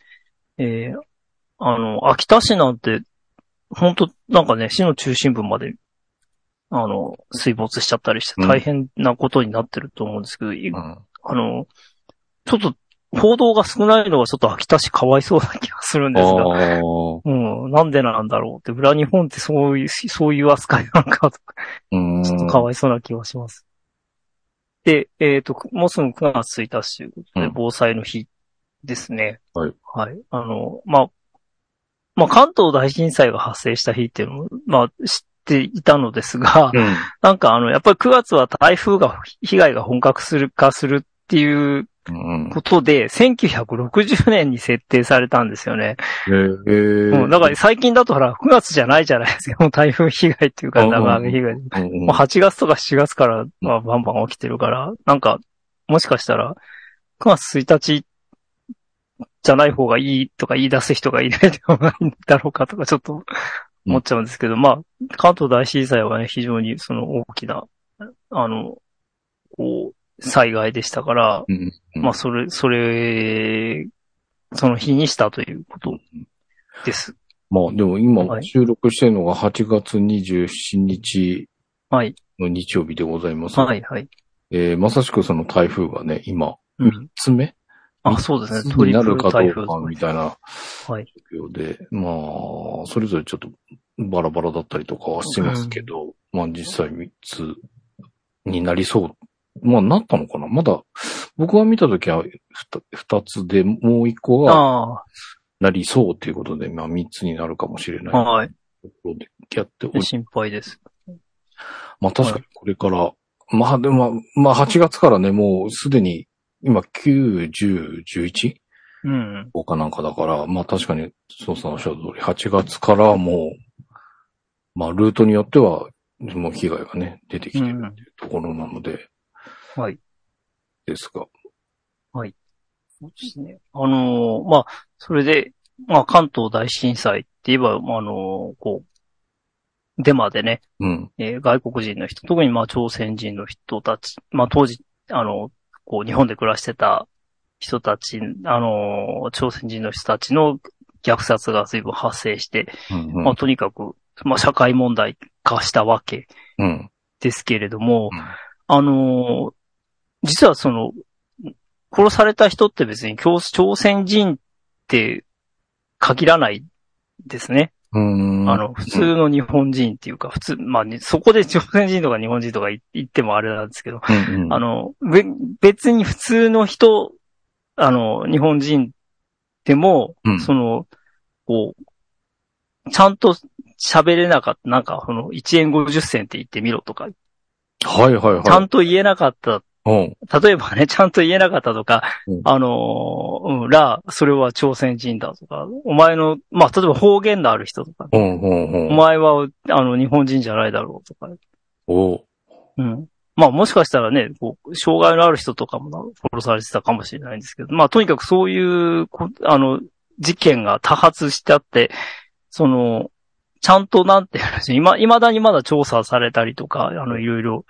Speaker 3: えーあの、秋田市なんて、本当なんかね、市の中心部まで、あの、水没しちゃったりして
Speaker 2: うん
Speaker 3: 大変なことになってると思うんですけど、い
Speaker 2: うん
Speaker 3: あの、ちょっと、報道が少ないのはちょっと秋田市かわいそうな気がするんですが、
Speaker 2: あー
Speaker 3: うん、なんでなんだろうって、裏日本ってそういう、そういう扱いなのかとか、
Speaker 2: うん
Speaker 3: ちょっとかわいそうな気がします。で、えっ、と、もうすぐ9月1日ということで
Speaker 2: うん、
Speaker 3: 防災の日ですね。
Speaker 2: はい。
Speaker 3: はい。あの、まあ、まあ、関東大震災が発生した日っていうのも、まあ、知っていたのですが、
Speaker 2: うん
Speaker 3: なんかあの、やっぱり9月は台風が、被害が本格する化するっていう
Speaker 2: うん
Speaker 3: ことで、1960年に設定されたんですよね。
Speaker 2: えー
Speaker 3: うん、だから最近だとほら、9月じゃないじゃないですか。もう (laughs) 台風被害っていうか、
Speaker 2: うんうんうん
Speaker 3: 長雨被害。も
Speaker 2: うんうん
Speaker 3: う8月とか7月からはバンバン起きてるから、なんか、もしかしたら、9月1日じゃない方がいいとか言い出す人がいないではないんだろうかとか、ちょっと思っちゃうんですけど、まあ、関東大震災はね、非常にその大きな、あの、こう、災害でしたから、
Speaker 2: うんうん
Speaker 3: まあ、それ、それ、その日にしたということです。
Speaker 2: まあでも
Speaker 3: は
Speaker 2: 今
Speaker 3: い
Speaker 2: 収録してるのが8月27日
Speaker 3: はい。
Speaker 2: の日曜日でございます。
Speaker 3: はい、はい。
Speaker 2: えーまさしくその台風がね、今、
Speaker 3: うん
Speaker 2: 3つ目
Speaker 3: あ、そうですね。
Speaker 2: になるか
Speaker 3: ト
Speaker 2: ど
Speaker 3: リ
Speaker 2: う
Speaker 3: プル台
Speaker 2: か
Speaker 3: 風
Speaker 2: みたいな
Speaker 3: はい。
Speaker 2: 状況で、まあ、それぞれちょっとバラバラだったりとかはしてますけど、まあ実際3つになりそう。まあなったのかなまだ、僕が見たときは 2, つで、もう1個が
Speaker 3: あ
Speaker 2: なりそうということで、まあ3つになるかもしれ
Speaker 3: あ、
Speaker 2: ない
Speaker 3: はい。
Speaker 2: ところでやっており
Speaker 3: 心配です。
Speaker 2: まあ確かにこれから、まあでも、まあ8月からね、もうすでに今9、10、11?
Speaker 3: うん。
Speaker 2: こうかなんかだから、まあ確かに、そうさんおっしゃる通り、8月からはもう、まあルートによっては、もう被害がね、出てきてるっていうところなので、
Speaker 3: はい。
Speaker 2: ですが。
Speaker 3: そうですね。あのーまあ、それで、まあ、関東大震災って言えば、まああのーこう、デマでね、
Speaker 2: うん。
Speaker 3: えー外国人の人、特にまあ朝鮮人の人たち、まあ当時、あの、こう日本で暮らしてた人たち、あの、朝鮮人の人たちの虐殺が随分発生して、
Speaker 2: うん、
Speaker 3: まあとにかく、まあ社会問題化したわけ
Speaker 2: うん。
Speaker 3: ですけれども
Speaker 2: うん、
Speaker 3: あの、実はその、殺された人って別に朝朝鮮人って限らないですね。
Speaker 2: うん。
Speaker 3: あの、普通の日本人っていうか、普通、まあ、ねそこで朝鮮人とか日本人とか言言ってもあれなんですけど、
Speaker 2: うん、うん、
Speaker 3: あの、べ別に普通の人、あの、日本人でも、
Speaker 2: うん
Speaker 3: その、こう、ちゃんと喋れなかった、なんか、その、1円50銭って言ってみろとか、
Speaker 2: はいはいはい。
Speaker 3: ちゃんと言えなかった、
Speaker 2: うん。
Speaker 3: 例えばね、ちゃんと言えなかったとか、
Speaker 2: うん
Speaker 3: あのー、うん、ら、それは朝鮮人だとか、お前の、まあ、例えば方言のある人とか、
Speaker 2: うん、うん、う
Speaker 3: お
Speaker 2: ん。
Speaker 3: 前は、あの、日本人じゃないだろうとか。
Speaker 2: お
Speaker 3: うん。まあもしかしたらね、こう、障害のある人とかもな殺されてたかもしれないんですけど、まあとにかくそういうこ、あの、事件が多発してあって、その、ちゃんとなんて話、今、未だにまだ調査されたりとか、あの、いろいろ、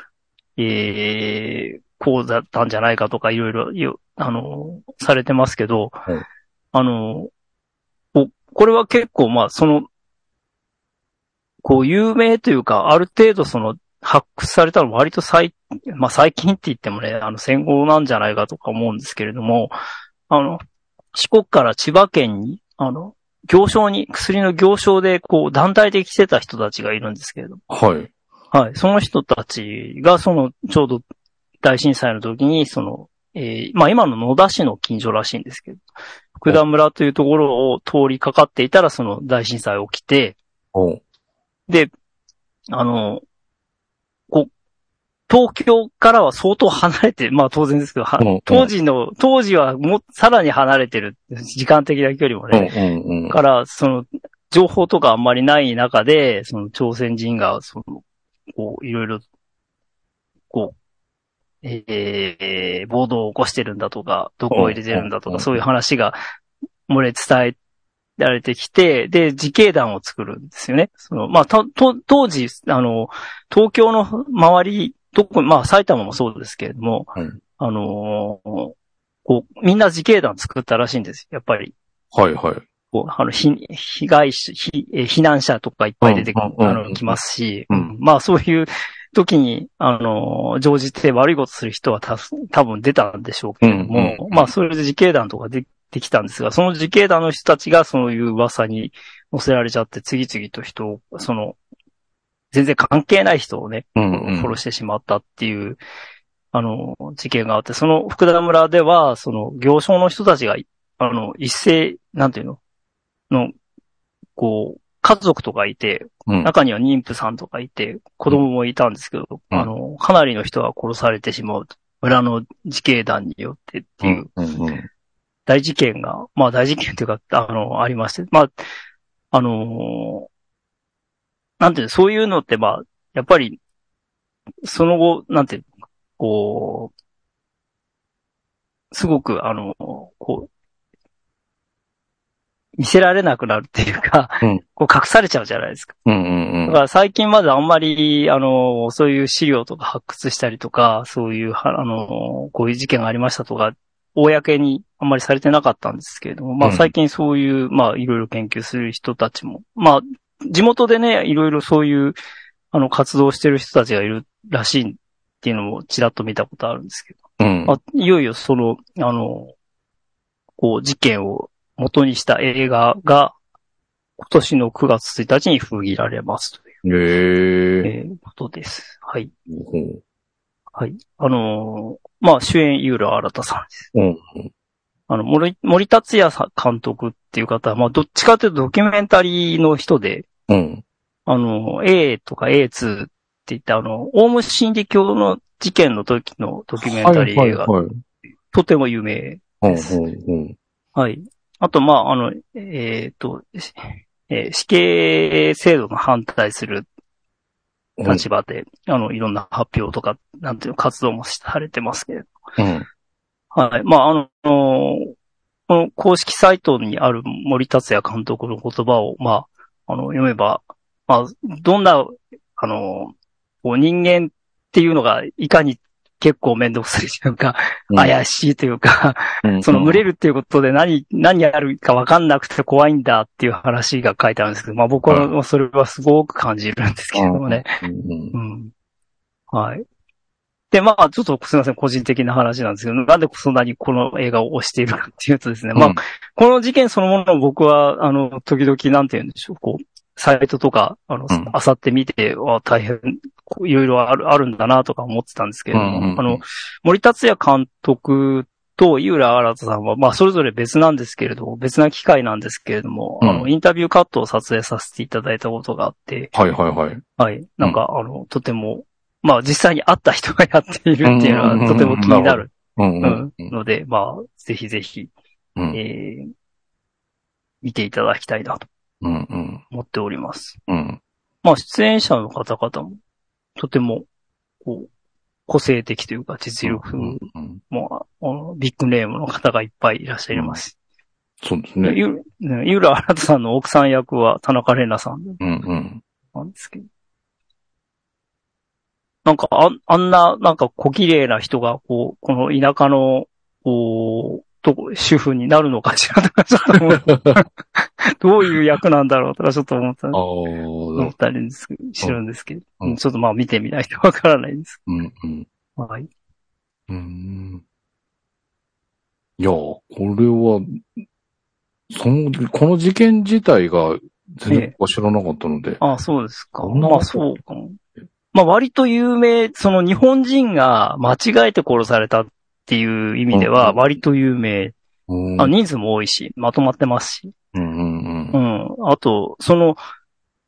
Speaker 3: えー、こうだったんじゃないかとかいろいろよ、あの、されてますけど、
Speaker 2: はい
Speaker 3: あの、おこれは結構、まあ、その、こう、有名というか、ある程度その、発掘されたのは割と最、まあ、最近って言ってもね、あの、戦後なんじゃないかとか思うんですけれども、あの、四国から千葉県に、あの、行商に、薬の行商で、こう、団体で来てた人たちがいるんですけれども
Speaker 2: はい。
Speaker 3: はい。その人たちが、その、ちょうど大震災の時に、その、えーまあ今の野田市の近所らしいんですけど、福田村というところを通りかかっていたら、その大震災起きて、
Speaker 2: おう
Speaker 3: で、あの、こう、東京からは相当離れて、まあ当然ですけど、は
Speaker 2: うんうん
Speaker 3: 当時の、当時はもうさらに離れてる、時間的な距離も
Speaker 2: う
Speaker 3: ね、
Speaker 2: んうんうん。
Speaker 3: から、その、情報とかあんまりない中で、その朝鮮人が、その、こう、いろいろ、こう、えー、暴動を起こしてるんだとか、毒を入れてるんだと
Speaker 2: うん
Speaker 3: か、そういう話が漏れ伝えられてきて、で、自警団を作るんですよね。その、まあ、たと、当時、あの、東京の周り、特に、まあ、埼玉もそうですけれども、
Speaker 2: うん
Speaker 3: あのーこう、みんな自警団作ったらしいんです。やっぱり。
Speaker 2: はいはい。
Speaker 3: こう、あの、ひ被害者、ひえー避難者とかいっぱい出てくる、
Speaker 2: うんうん
Speaker 3: あ
Speaker 2: う
Speaker 3: の、
Speaker 2: ん
Speaker 3: 来ますし、
Speaker 2: うん
Speaker 3: まあそういう時に、あの、常時って悪いことする人はたす多分出たんでしょうけれども、
Speaker 2: うんうん
Speaker 3: まあそれで自警団とかでできたんですが、その自警団の人たちがそういう噂に乗せられちゃって、次々と人を、その、全然関係ない人をね、
Speaker 2: うんうん。
Speaker 3: 殺してしまったっていう、あの、事件があって、その福田村では、その行商の人たちが、あの、一斉、なんていうのの、こう、家族とかいて、
Speaker 2: うん
Speaker 3: 中には妊婦さんとかいて、子供もいたんですけど、
Speaker 2: うん
Speaker 3: あの、かなりの人が殺されてしまうと。村の自警団によってって
Speaker 2: う
Speaker 3: いう、
Speaker 2: んうんうん。
Speaker 3: 大事件が、まあ大事件というか、あの、ありまして、まあ、あのーなんていうの、そういうのって、まあ、やっぱり、その後、なんていうの、こう、すごく、あの、こう、見せられなくなるっていうか、
Speaker 2: うん
Speaker 3: こう隠されちゃうじゃないですか。
Speaker 2: うんうんうん
Speaker 3: だか。ら最近まであんまり、あの、そういう資料とか発掘したりとか、そういうは、あの、こういう事件がありましたとか、公にあんまりされてなかったんですけれども、まあ
Speaker 2: うん
Speaker 3: 最近そういう、まあいろいろ研究する人たちも、まあ地元でね、いろいろそういう、あの、活動してる人たちがいるらしいっていうのもちらっと見たことあるんですけ
Speaker 2: う
Speaker 3: ど、
Speaker 2: ん
Speaker 3: まあいよいよその、あの、こう事件を元にした映画が、今年の9月1日に封切られますという
Speaker 2: へえ。
Speaker 3: えーことです。はい。
Speaker 2: ほう
Speaker 3: はい。あのーまあ、主演、ユーラ新さんです。
Speaker 2: うん
Speaker 3: あの、森、森達也さん監督っていう方は、まあ、どっちかというとドキュメンタリーの人で、
Speaker 2: うん。
Speaker 3: あの、A とか A2 って言って、あの、オウム真理教の事件の時のドキュメンタリー映画、
Speaker 2: はいはいはい
Speaker 3: とても有名。
Speaker 2: うん
Speaker 3: です
Speaker 2: うんうん。
Speaker 3: はい。あと、まあ、あの、えっ、と、しえー死刑制度の反対する立場で、あの、いろんな発表とか、なんていうの活動もされてますけれど
Speaker 2: うん。
Speaker 3: はい。まあ、あの、この公式サイトにある森達也監督の言葉を、まあ、あの、読めば、まあ、どんな、あの、こう人間っていうのがいかに結構めんどくさいというか、
Speaker 2: うん
Speaker 3: 怪しいというか、
Speaker 2: うん
Speaker 3: その群れるっていうことで何、何やるかわかんなくて怖いんだっていう話が書いてあるんですけど、まあ僕はそれはすごく感じるんですけれどもね。
Speaker 2: うんうん
Speaker 3: うん。はい。で、まあ、ちょっとすみません、個人的な話なんですけど、なんでそんなにこの映画を推しているかっていうとですね、まあ、
Speaker 2: うん
Speaker 3: この事件そのものを僕は、あの、時々、なんて言うんでしょう、こう、サイトとか、あの
Speaker 2: うん、
Speaker 3: あさって見て、あ大変、こういろいろある、あるんだなとか思ってたんですけれども、
Speaker 2: うんうんうん
Speaker 3: あの、森達也監督と井浦新さんは、まあ、それぞれ別なんですけれども、別な機会なんですけれども、あ
Speaker 2: う
Speaker 3: の、インタビューカットを撮影させていただいたことがあって、
Speaker 2: はいはいはい。
Speaker 3: はい。なんか、あの、とても、まあ実際に会った人がやっているっていうのはとても気になる
Speaker 2: うんう
Speaker 3: うんんので、まあ、ぜひぜひ、
Speaker 2: うん
Speaker 3: えー見ていただきたいなと
Speaker 2: うんうん
Speaker 3: 思っております。
Speaker 2: うん。
Speaker 3: まあ、出演者の方々も、とても、こう、個性的というか実
Speaker 2: う
Speaker 3: 力
Speaker 2: んうん
Speaker 3: も、あのビッグネームの方がいっぱいいらっしゃいます。
Speaker 2: そうですね。
Speaker 3: ゆねゆらあらさんの奥さん役は田中玲奈さん
Speaker 2: うんうん。
Speaker 3: なんですけど。なんかあん、あんな、なんか小綺麗な人が、こう、この田舎の、こう、とこ主婦になるのかしらとか、ちょっと
Speaker 2: (laughs)
Speaker 3: 思うどういう役なんだろうとか、ちょっと思った、
Speaker 2: ああ、
Speaker 3: 思ったりする知るんですけど、
Speaker 2: うん
Speaker 3: うんちょっとまあ見てみないとわからないです。
Speaker 2: うん、うん。
Speaker 3: はい。
Speaker 2: うん。いや、これは、その、この事件自体が全然知らなかったので、
Speaker 3: ああ、そうですか。
Speaker 2: こんな
Speaker 3: まあそうかも。まあ割と有名、その日本人が間違えて殺されたっていう意味では
Speaker 2: うん
Speaker 3: 割と有名。
Speaker 2: うん
Speaker 3: あ、人数も多いし、まとまってますし。
Speaker 2: うんうん
Speaker 3: う
Speaker 2: うん
Speaker 3: ん。あと、その、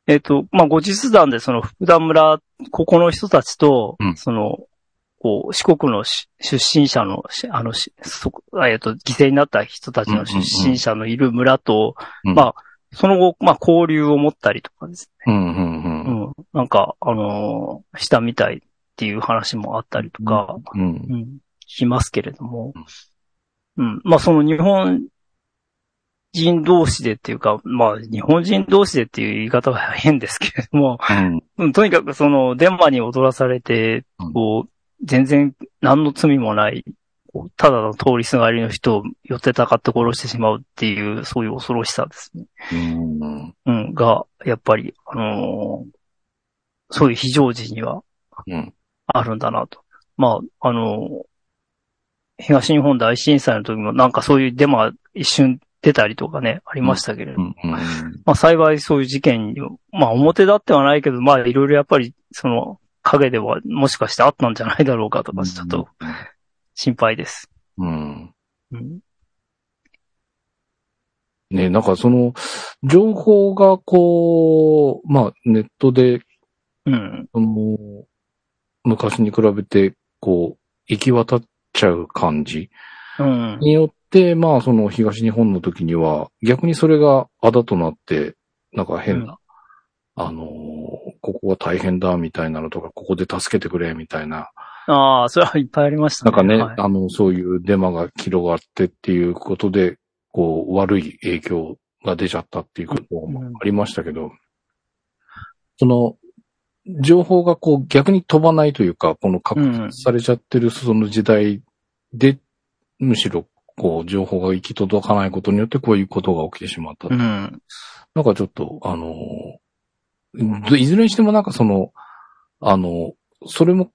Speaker 3: えっ、と、まあ、後日談でその福田村、ここの人たちと、
Speaker 2: うん
Speaker 3: その、こう、四国のし出身者のし、あのし、そこ、あえっ、と、犠牲になった人たちの出身者のいる村と、
Speaker 2: うん
Speaker 3: まあ、その後、まあ、交流を持ったりとかですね。
Speaker 2: うんうんう
Speaker 3: うんん。なんか、あのーしたみたいっていう話もあったりとか、
Speaker 2: うん
Speaker 3: うん、聞きますけれども、うん、まあその日本人同士でっていうか、まあ日本人同士でっていう言い方は変ですけれども、
Speaker 2: うん
Speaker 3: うん、とにかくそのデンマに踊らされて
Speaker 2: うん、
Speaker 3: こう、全然何の罪もない、こうただの通りすがりの人を寄ってたかって殺してしまうっていう、そういう恐ろしさですね。
Speaker 2: うん
Speaker 3: うん、が、やっぱり、あのーそういう非常時には
Speaker 2: うん
Speaker 3: あるんだなと。まあ、あの、東日本大震災の時もなんかそういうデマ一瞬出たりとかね、ありましたけれど、
Speaker 2: うん
Speaker 3: まあ幸いそういう事件に、まあ表立ってはないけど、まあいろいろやっぱりその影ではもしかしてあったんじゃないだろうかとか、ちょっと心配です。
Speaker 2: うん
Speaker 3: うん。
Speaker 2: ねなんかその、情報がこう、まあネットで、
Speaker 3: うん。
Speaker 2: その、昔に比べて、こう、行き渡っちゃう感じ
Speaker 3: うん。
Speaker 2: によって、まあその東日本の時には、逆にそれがあだとなって、なんか変な、あのーここは大変だみたいなのとか、ここで助けてくれみたいな
Speaker 3: ああ、それはいっぱいありました
Speaker 2: な
Speaker 3: ね。
Speaker 2: んかね、
Speaker 3: はい
Speaker 2: あの、そういうデマが広がってっていうことで、こう、悪い影響が出ちゃったっていうことも
Speaker 3: うん
Speaker 2: ありましたけど、その、情報がこう逆に飛ばないというか、この拡
Speaker 3: うん
Speaker 2: 散されちゃってるその時代で、むしろ、こう、情報が行き届かないことによってこういうことが起きてしまった。
Speaker 3: うん。
Speaker 2: なんかちょっと、あのー、いずれにしてもなんかその、あの、それも、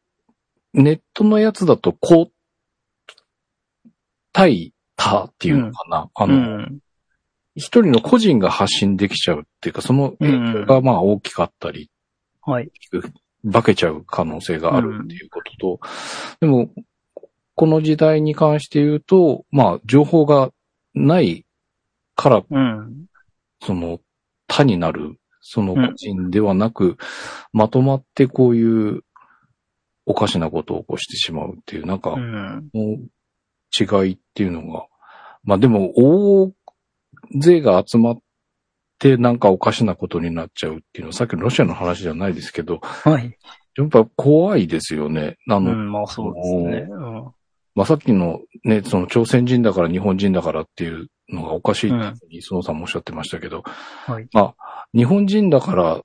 Speaker 2: ネットのやつだと、こう、いたっていうのかな。あ
Speaker 3: う
Speaker 2: の、
Speaker 3: ん。
Speaker 2: 一人の個人が発信できちゃうっていうか、その影響がまあ大きかったり、
Speaker 3: はい。
Speaker 2: 化けちゃう可能性があるっていうことと、でも、この時代に関して言うと、まあ、情報がないから
Speaker 3: うん。
Speaker 2: その、他になる、その
Speaker 3: うん
Speaker 2: 個人ではなく、まとまってこういうおかしなことを起こしてしまうっていう、なんか
Speaker 3: う、ん。
Speaker 2: もう違いっていうのが、まあでも、大勢が集まってなんかおかしなことになっちゃうっていうのは、さっきのロシアの話じゃないですけど、
Speaker 3: はい。
Speaker 2: やっぱ怖いですよね。あ
Speaker 3: う
Speaker 2: の、
Speaker 3: ん、まあそうですね。うん。
Speaker 2: まあ、さっきのね、その朝鮮人だから日本人だからっていうのがおかしいっていうふうに、そのさんもおっしゃってましたけど、
Speaker 3: はい。
Speaker 2: まあ、日本人だから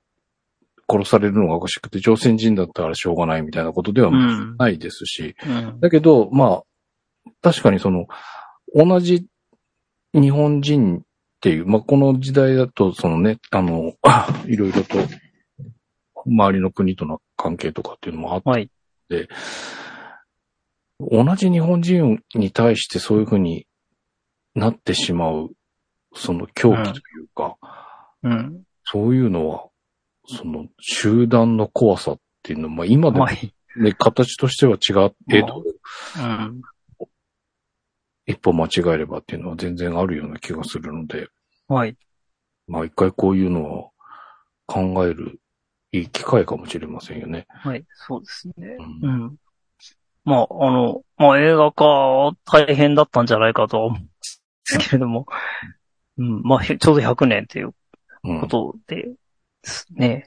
Speaker 2: 殺されるのがおかしくて、朝鮮人だったらしょうがないみたいなことでは
Speaker 3: うん。
Speaker 2: ないですし、
Speaker 3: うん。
Speaker 2: だけど、まあ、確かにその、同じ日本人っていう、まあ、この時代だと、そのね、あの、 (laughs) いろいろと、周りの国との関係とかっていうのもあって、
Speaker 3: はい。
Speaker 2: 同じ日本人に対してそういうふうになってしまう、その狂気というか、
Speaker 3: うん。
Speaker 2: そういうのは、その集団の怖さっていうのは、まあ今でも
Speaker 3: は
Speaker 2: ね、
Speaker 3: い。
Speaker 2: 形としては違って、
Speaker 3: まあうん。
Speaker 2: 一歩間違えればっていうのは全然あるような気がするので、
Speaker 3: はい。
Speaker 2: まあ一回こういうのは考えるいい機会かもしれませんよね。
Speaker 3: はい。そうですね。
Speaker 2: うん
Speaker 3: うん。まあ、あの、まあ映画化は大変だったんじゃないかとは思うんですけれども、うん。まあ、へちょうど100年という
Speaker 2: うん
Speaker 3: ことでですね。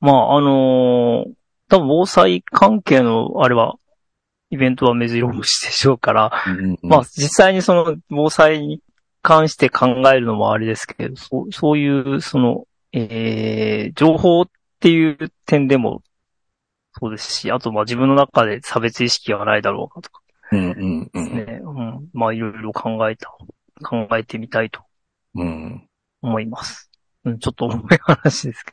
Speaker 3: まあ、あのー多分防災関係の、あれは、イベントは目白押しでしょうから、
Speaker 2: うん
Speaker 3: まあ、実際にその防災に関して考えるのもあれですけど、そうそういう、その、えー情報っていう点でも、そうですし、あとまあ自分の中で差別意識がないだろうかとか
Speaker 2: うんうんうん。
Speaker 3: ね、うん、まあいろいろ考えた、考えてみたいと
Speaker 2: うん。
Speaker 3: 思います。うん、ちょっと重い話ですけ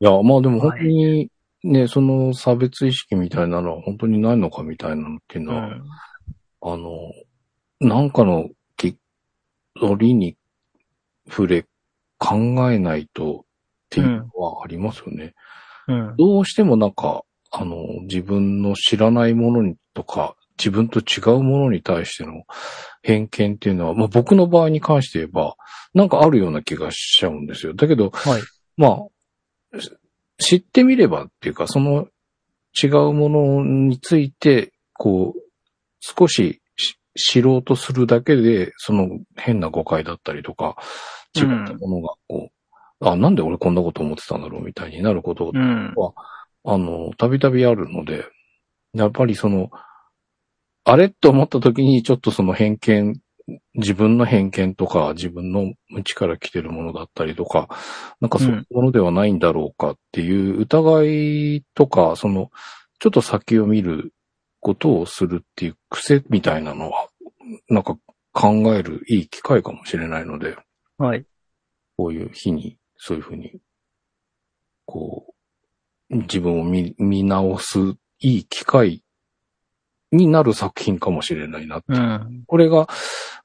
Speaker 2: いや、まあでも本当に、ね、その差別意識みたいなのは本当にないのかみたいなのっていう
Speaker 3: ど。
Speaker 2: のは、あの、なんかのき折に触れ、考えないとっていうのはありますよね。
Speaker 3: うん。
Speaker 2: どうしてもなんか、あの、自分の知らないものにとか、自分と違うものに対しての偏見っていうのは、まあ僕の場合に関して言えば、なんかあるような気がしちゃうんですよ。だけど、
Speaker 3: はい。
Speaker 2: まあ、し知ってみればっていうか、その違うものについて、こう、少しし知ろうとするだけで、その変な誤解だったりとか、違ったものがこう、あ、なんで俺こんなこと思ってたんだろうみたいになること
Speaker 3: うん。
Speaker 2: あの、たびたびあるので、やっぱりその、あれと思った時にちょっとその偏見、自分の偏見とか、自分の無知から来てるものだったりとか、なんかそういうものではないんだろうかっていう疑いとか、その、ちょっと先を見ることをするっていう癖みたいなのは、なんか考えるいい機会かもしれないので、
Speaker 3: はい。
Speaker 2: こういう日に、そういうふうに、こう、自分を見、見直すいい機会になる作品かもしれないなって。
Speaker 3: うん。
Speaker 2: これが、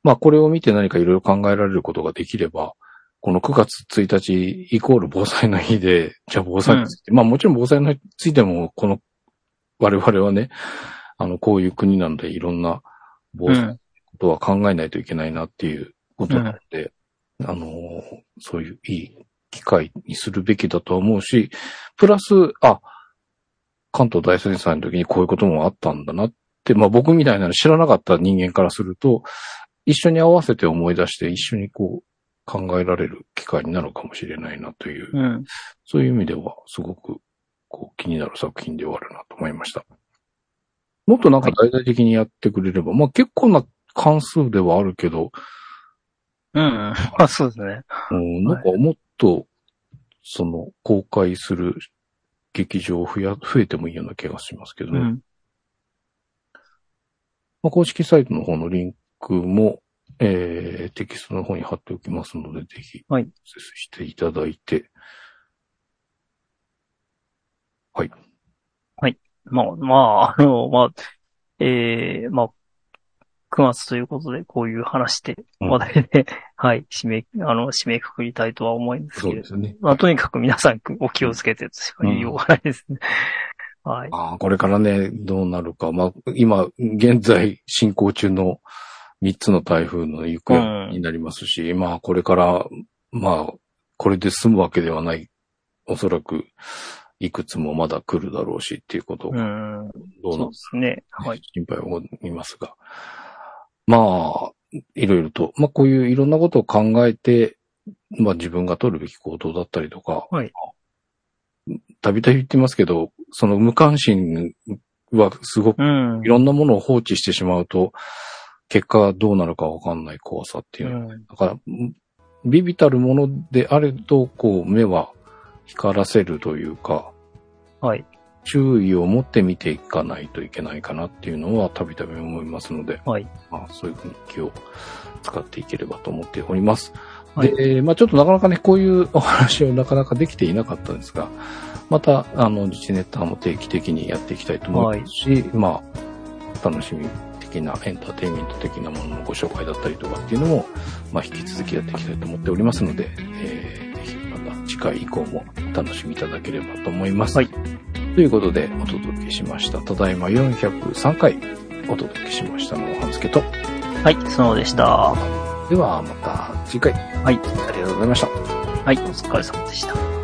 Speaker 2: まあこれを見て何かいろいろ考えられることができれば、この9月1日イコール防災の日で、じゃあ防災について、まあもちろん防災の日についても、この、我々はね、あの、こういう国なんでいろんな防
Speaker 3: う
Speaker 2: 災の
Speaker 3: ん。
Speaker 2: ことは考えないといけないなっていうことなので、あのー、そういういい機会にするべきだとは思うし、プラス、あ、関東大震災の時にこういうこともあったんだなって、まあ僕みたいなの知らなかった人間からすると、一緒に合わせて思い出して一緒にこう考えられる機会になるかもしれないなという、
Speaker 3: うん。
Speaker 2: そういう意味ではすごくこう気になる作品ではあるなと思いました。もっとなんか大々的にやってくれれば、まあ結構な関数ではあるけど、
Speaker 3: うん。あ、そうですね。
Speaker 2: うん、なんかもっと、その、公開する劇場増や、増えてもいいような気がしますけど
Speaker 3: う
Speaker 2: ね。
Speaker 3: ん。
Speaker 2: まあ、公式サイトの方のリンクも、えー、テキストの方に貼っておきますので、ぜひ、
Speaker 3: はい
Speaker 2: アクセスしていただいて、
Speaker 3: まあ、まあ、あの、まあ、ええまあ、9月ということで、こういう話で、
Speaker 2: うん
Speaker 3: 話題で、はい、締め、あの、締めくくりたいとは思うんですけれど。
Speaker 2: すね。
Speaker 3: まあ、とにかく皆さんお気をつけてとしか言いようがないですね。はい。
Speaker 2: ああ、これからね、どうなるか。まあ、今、現在進行中の3つの台風の行
Speaker 3: う
Speaker 2: 方
Speaker 3: ん
Speaker 2: になりますし、まあ、これから、まあ、これで済むわけではない。おそらく、いくつもまだ来るだろうしっていうことを、
Speaker 3: うん。
Speaker 2: どうな
Speaker 3: そうですね。はい。
Speaker 2: 心配を見ますが。まあ、いろいろと、まあこういういろんなことを考えて、まあ自分が取るべき行動だったりとか、
Speaker 3: はい
Speaker 2: たびたび言ってますけど、その無関心はすごく
Speaker 3: うん。
Speaker 2: いろんなものを放置してしまうと、結果どうなるかわかんない怖さっていうのは
Speaker 3: うん
Speaker 2: だから、んビビたるものであれと、こう、目は光らせるというか、
Speaker 3: はい。
Speaker 2: 注意を持って見ていかないといけないかなっていうのはたびたび思いますので、
Speaker 3: はい
Speaker 2: まあ、そういうふうに気を使っていければと思っております。
Speaker 3: はい
Speaker 2: で、まあ、ちょっとなかなかね、こういう (laughs) お話をなかなかできていなかったんですが、また、あの、自治ネタも定期的にやっていきたいと思いますし、まあ、楽しみ的な、エンターテインメント的なもののご紹介だったりとかっていうのも、まあ、引き続きやっていきたいと思っておりますので、えー、ぜひまた次回以降もお楽しみいただければと思います。
Speaker 3: はい
Speaker 2: ということで、お届けしました。ただいま403回お届けしましたのは、はつけと。
Speaker 3: はい、そのでした。は。
Speaker 2: では、また次回。はいありがとうございました。
Speaker 3: い、お疲れ様でした。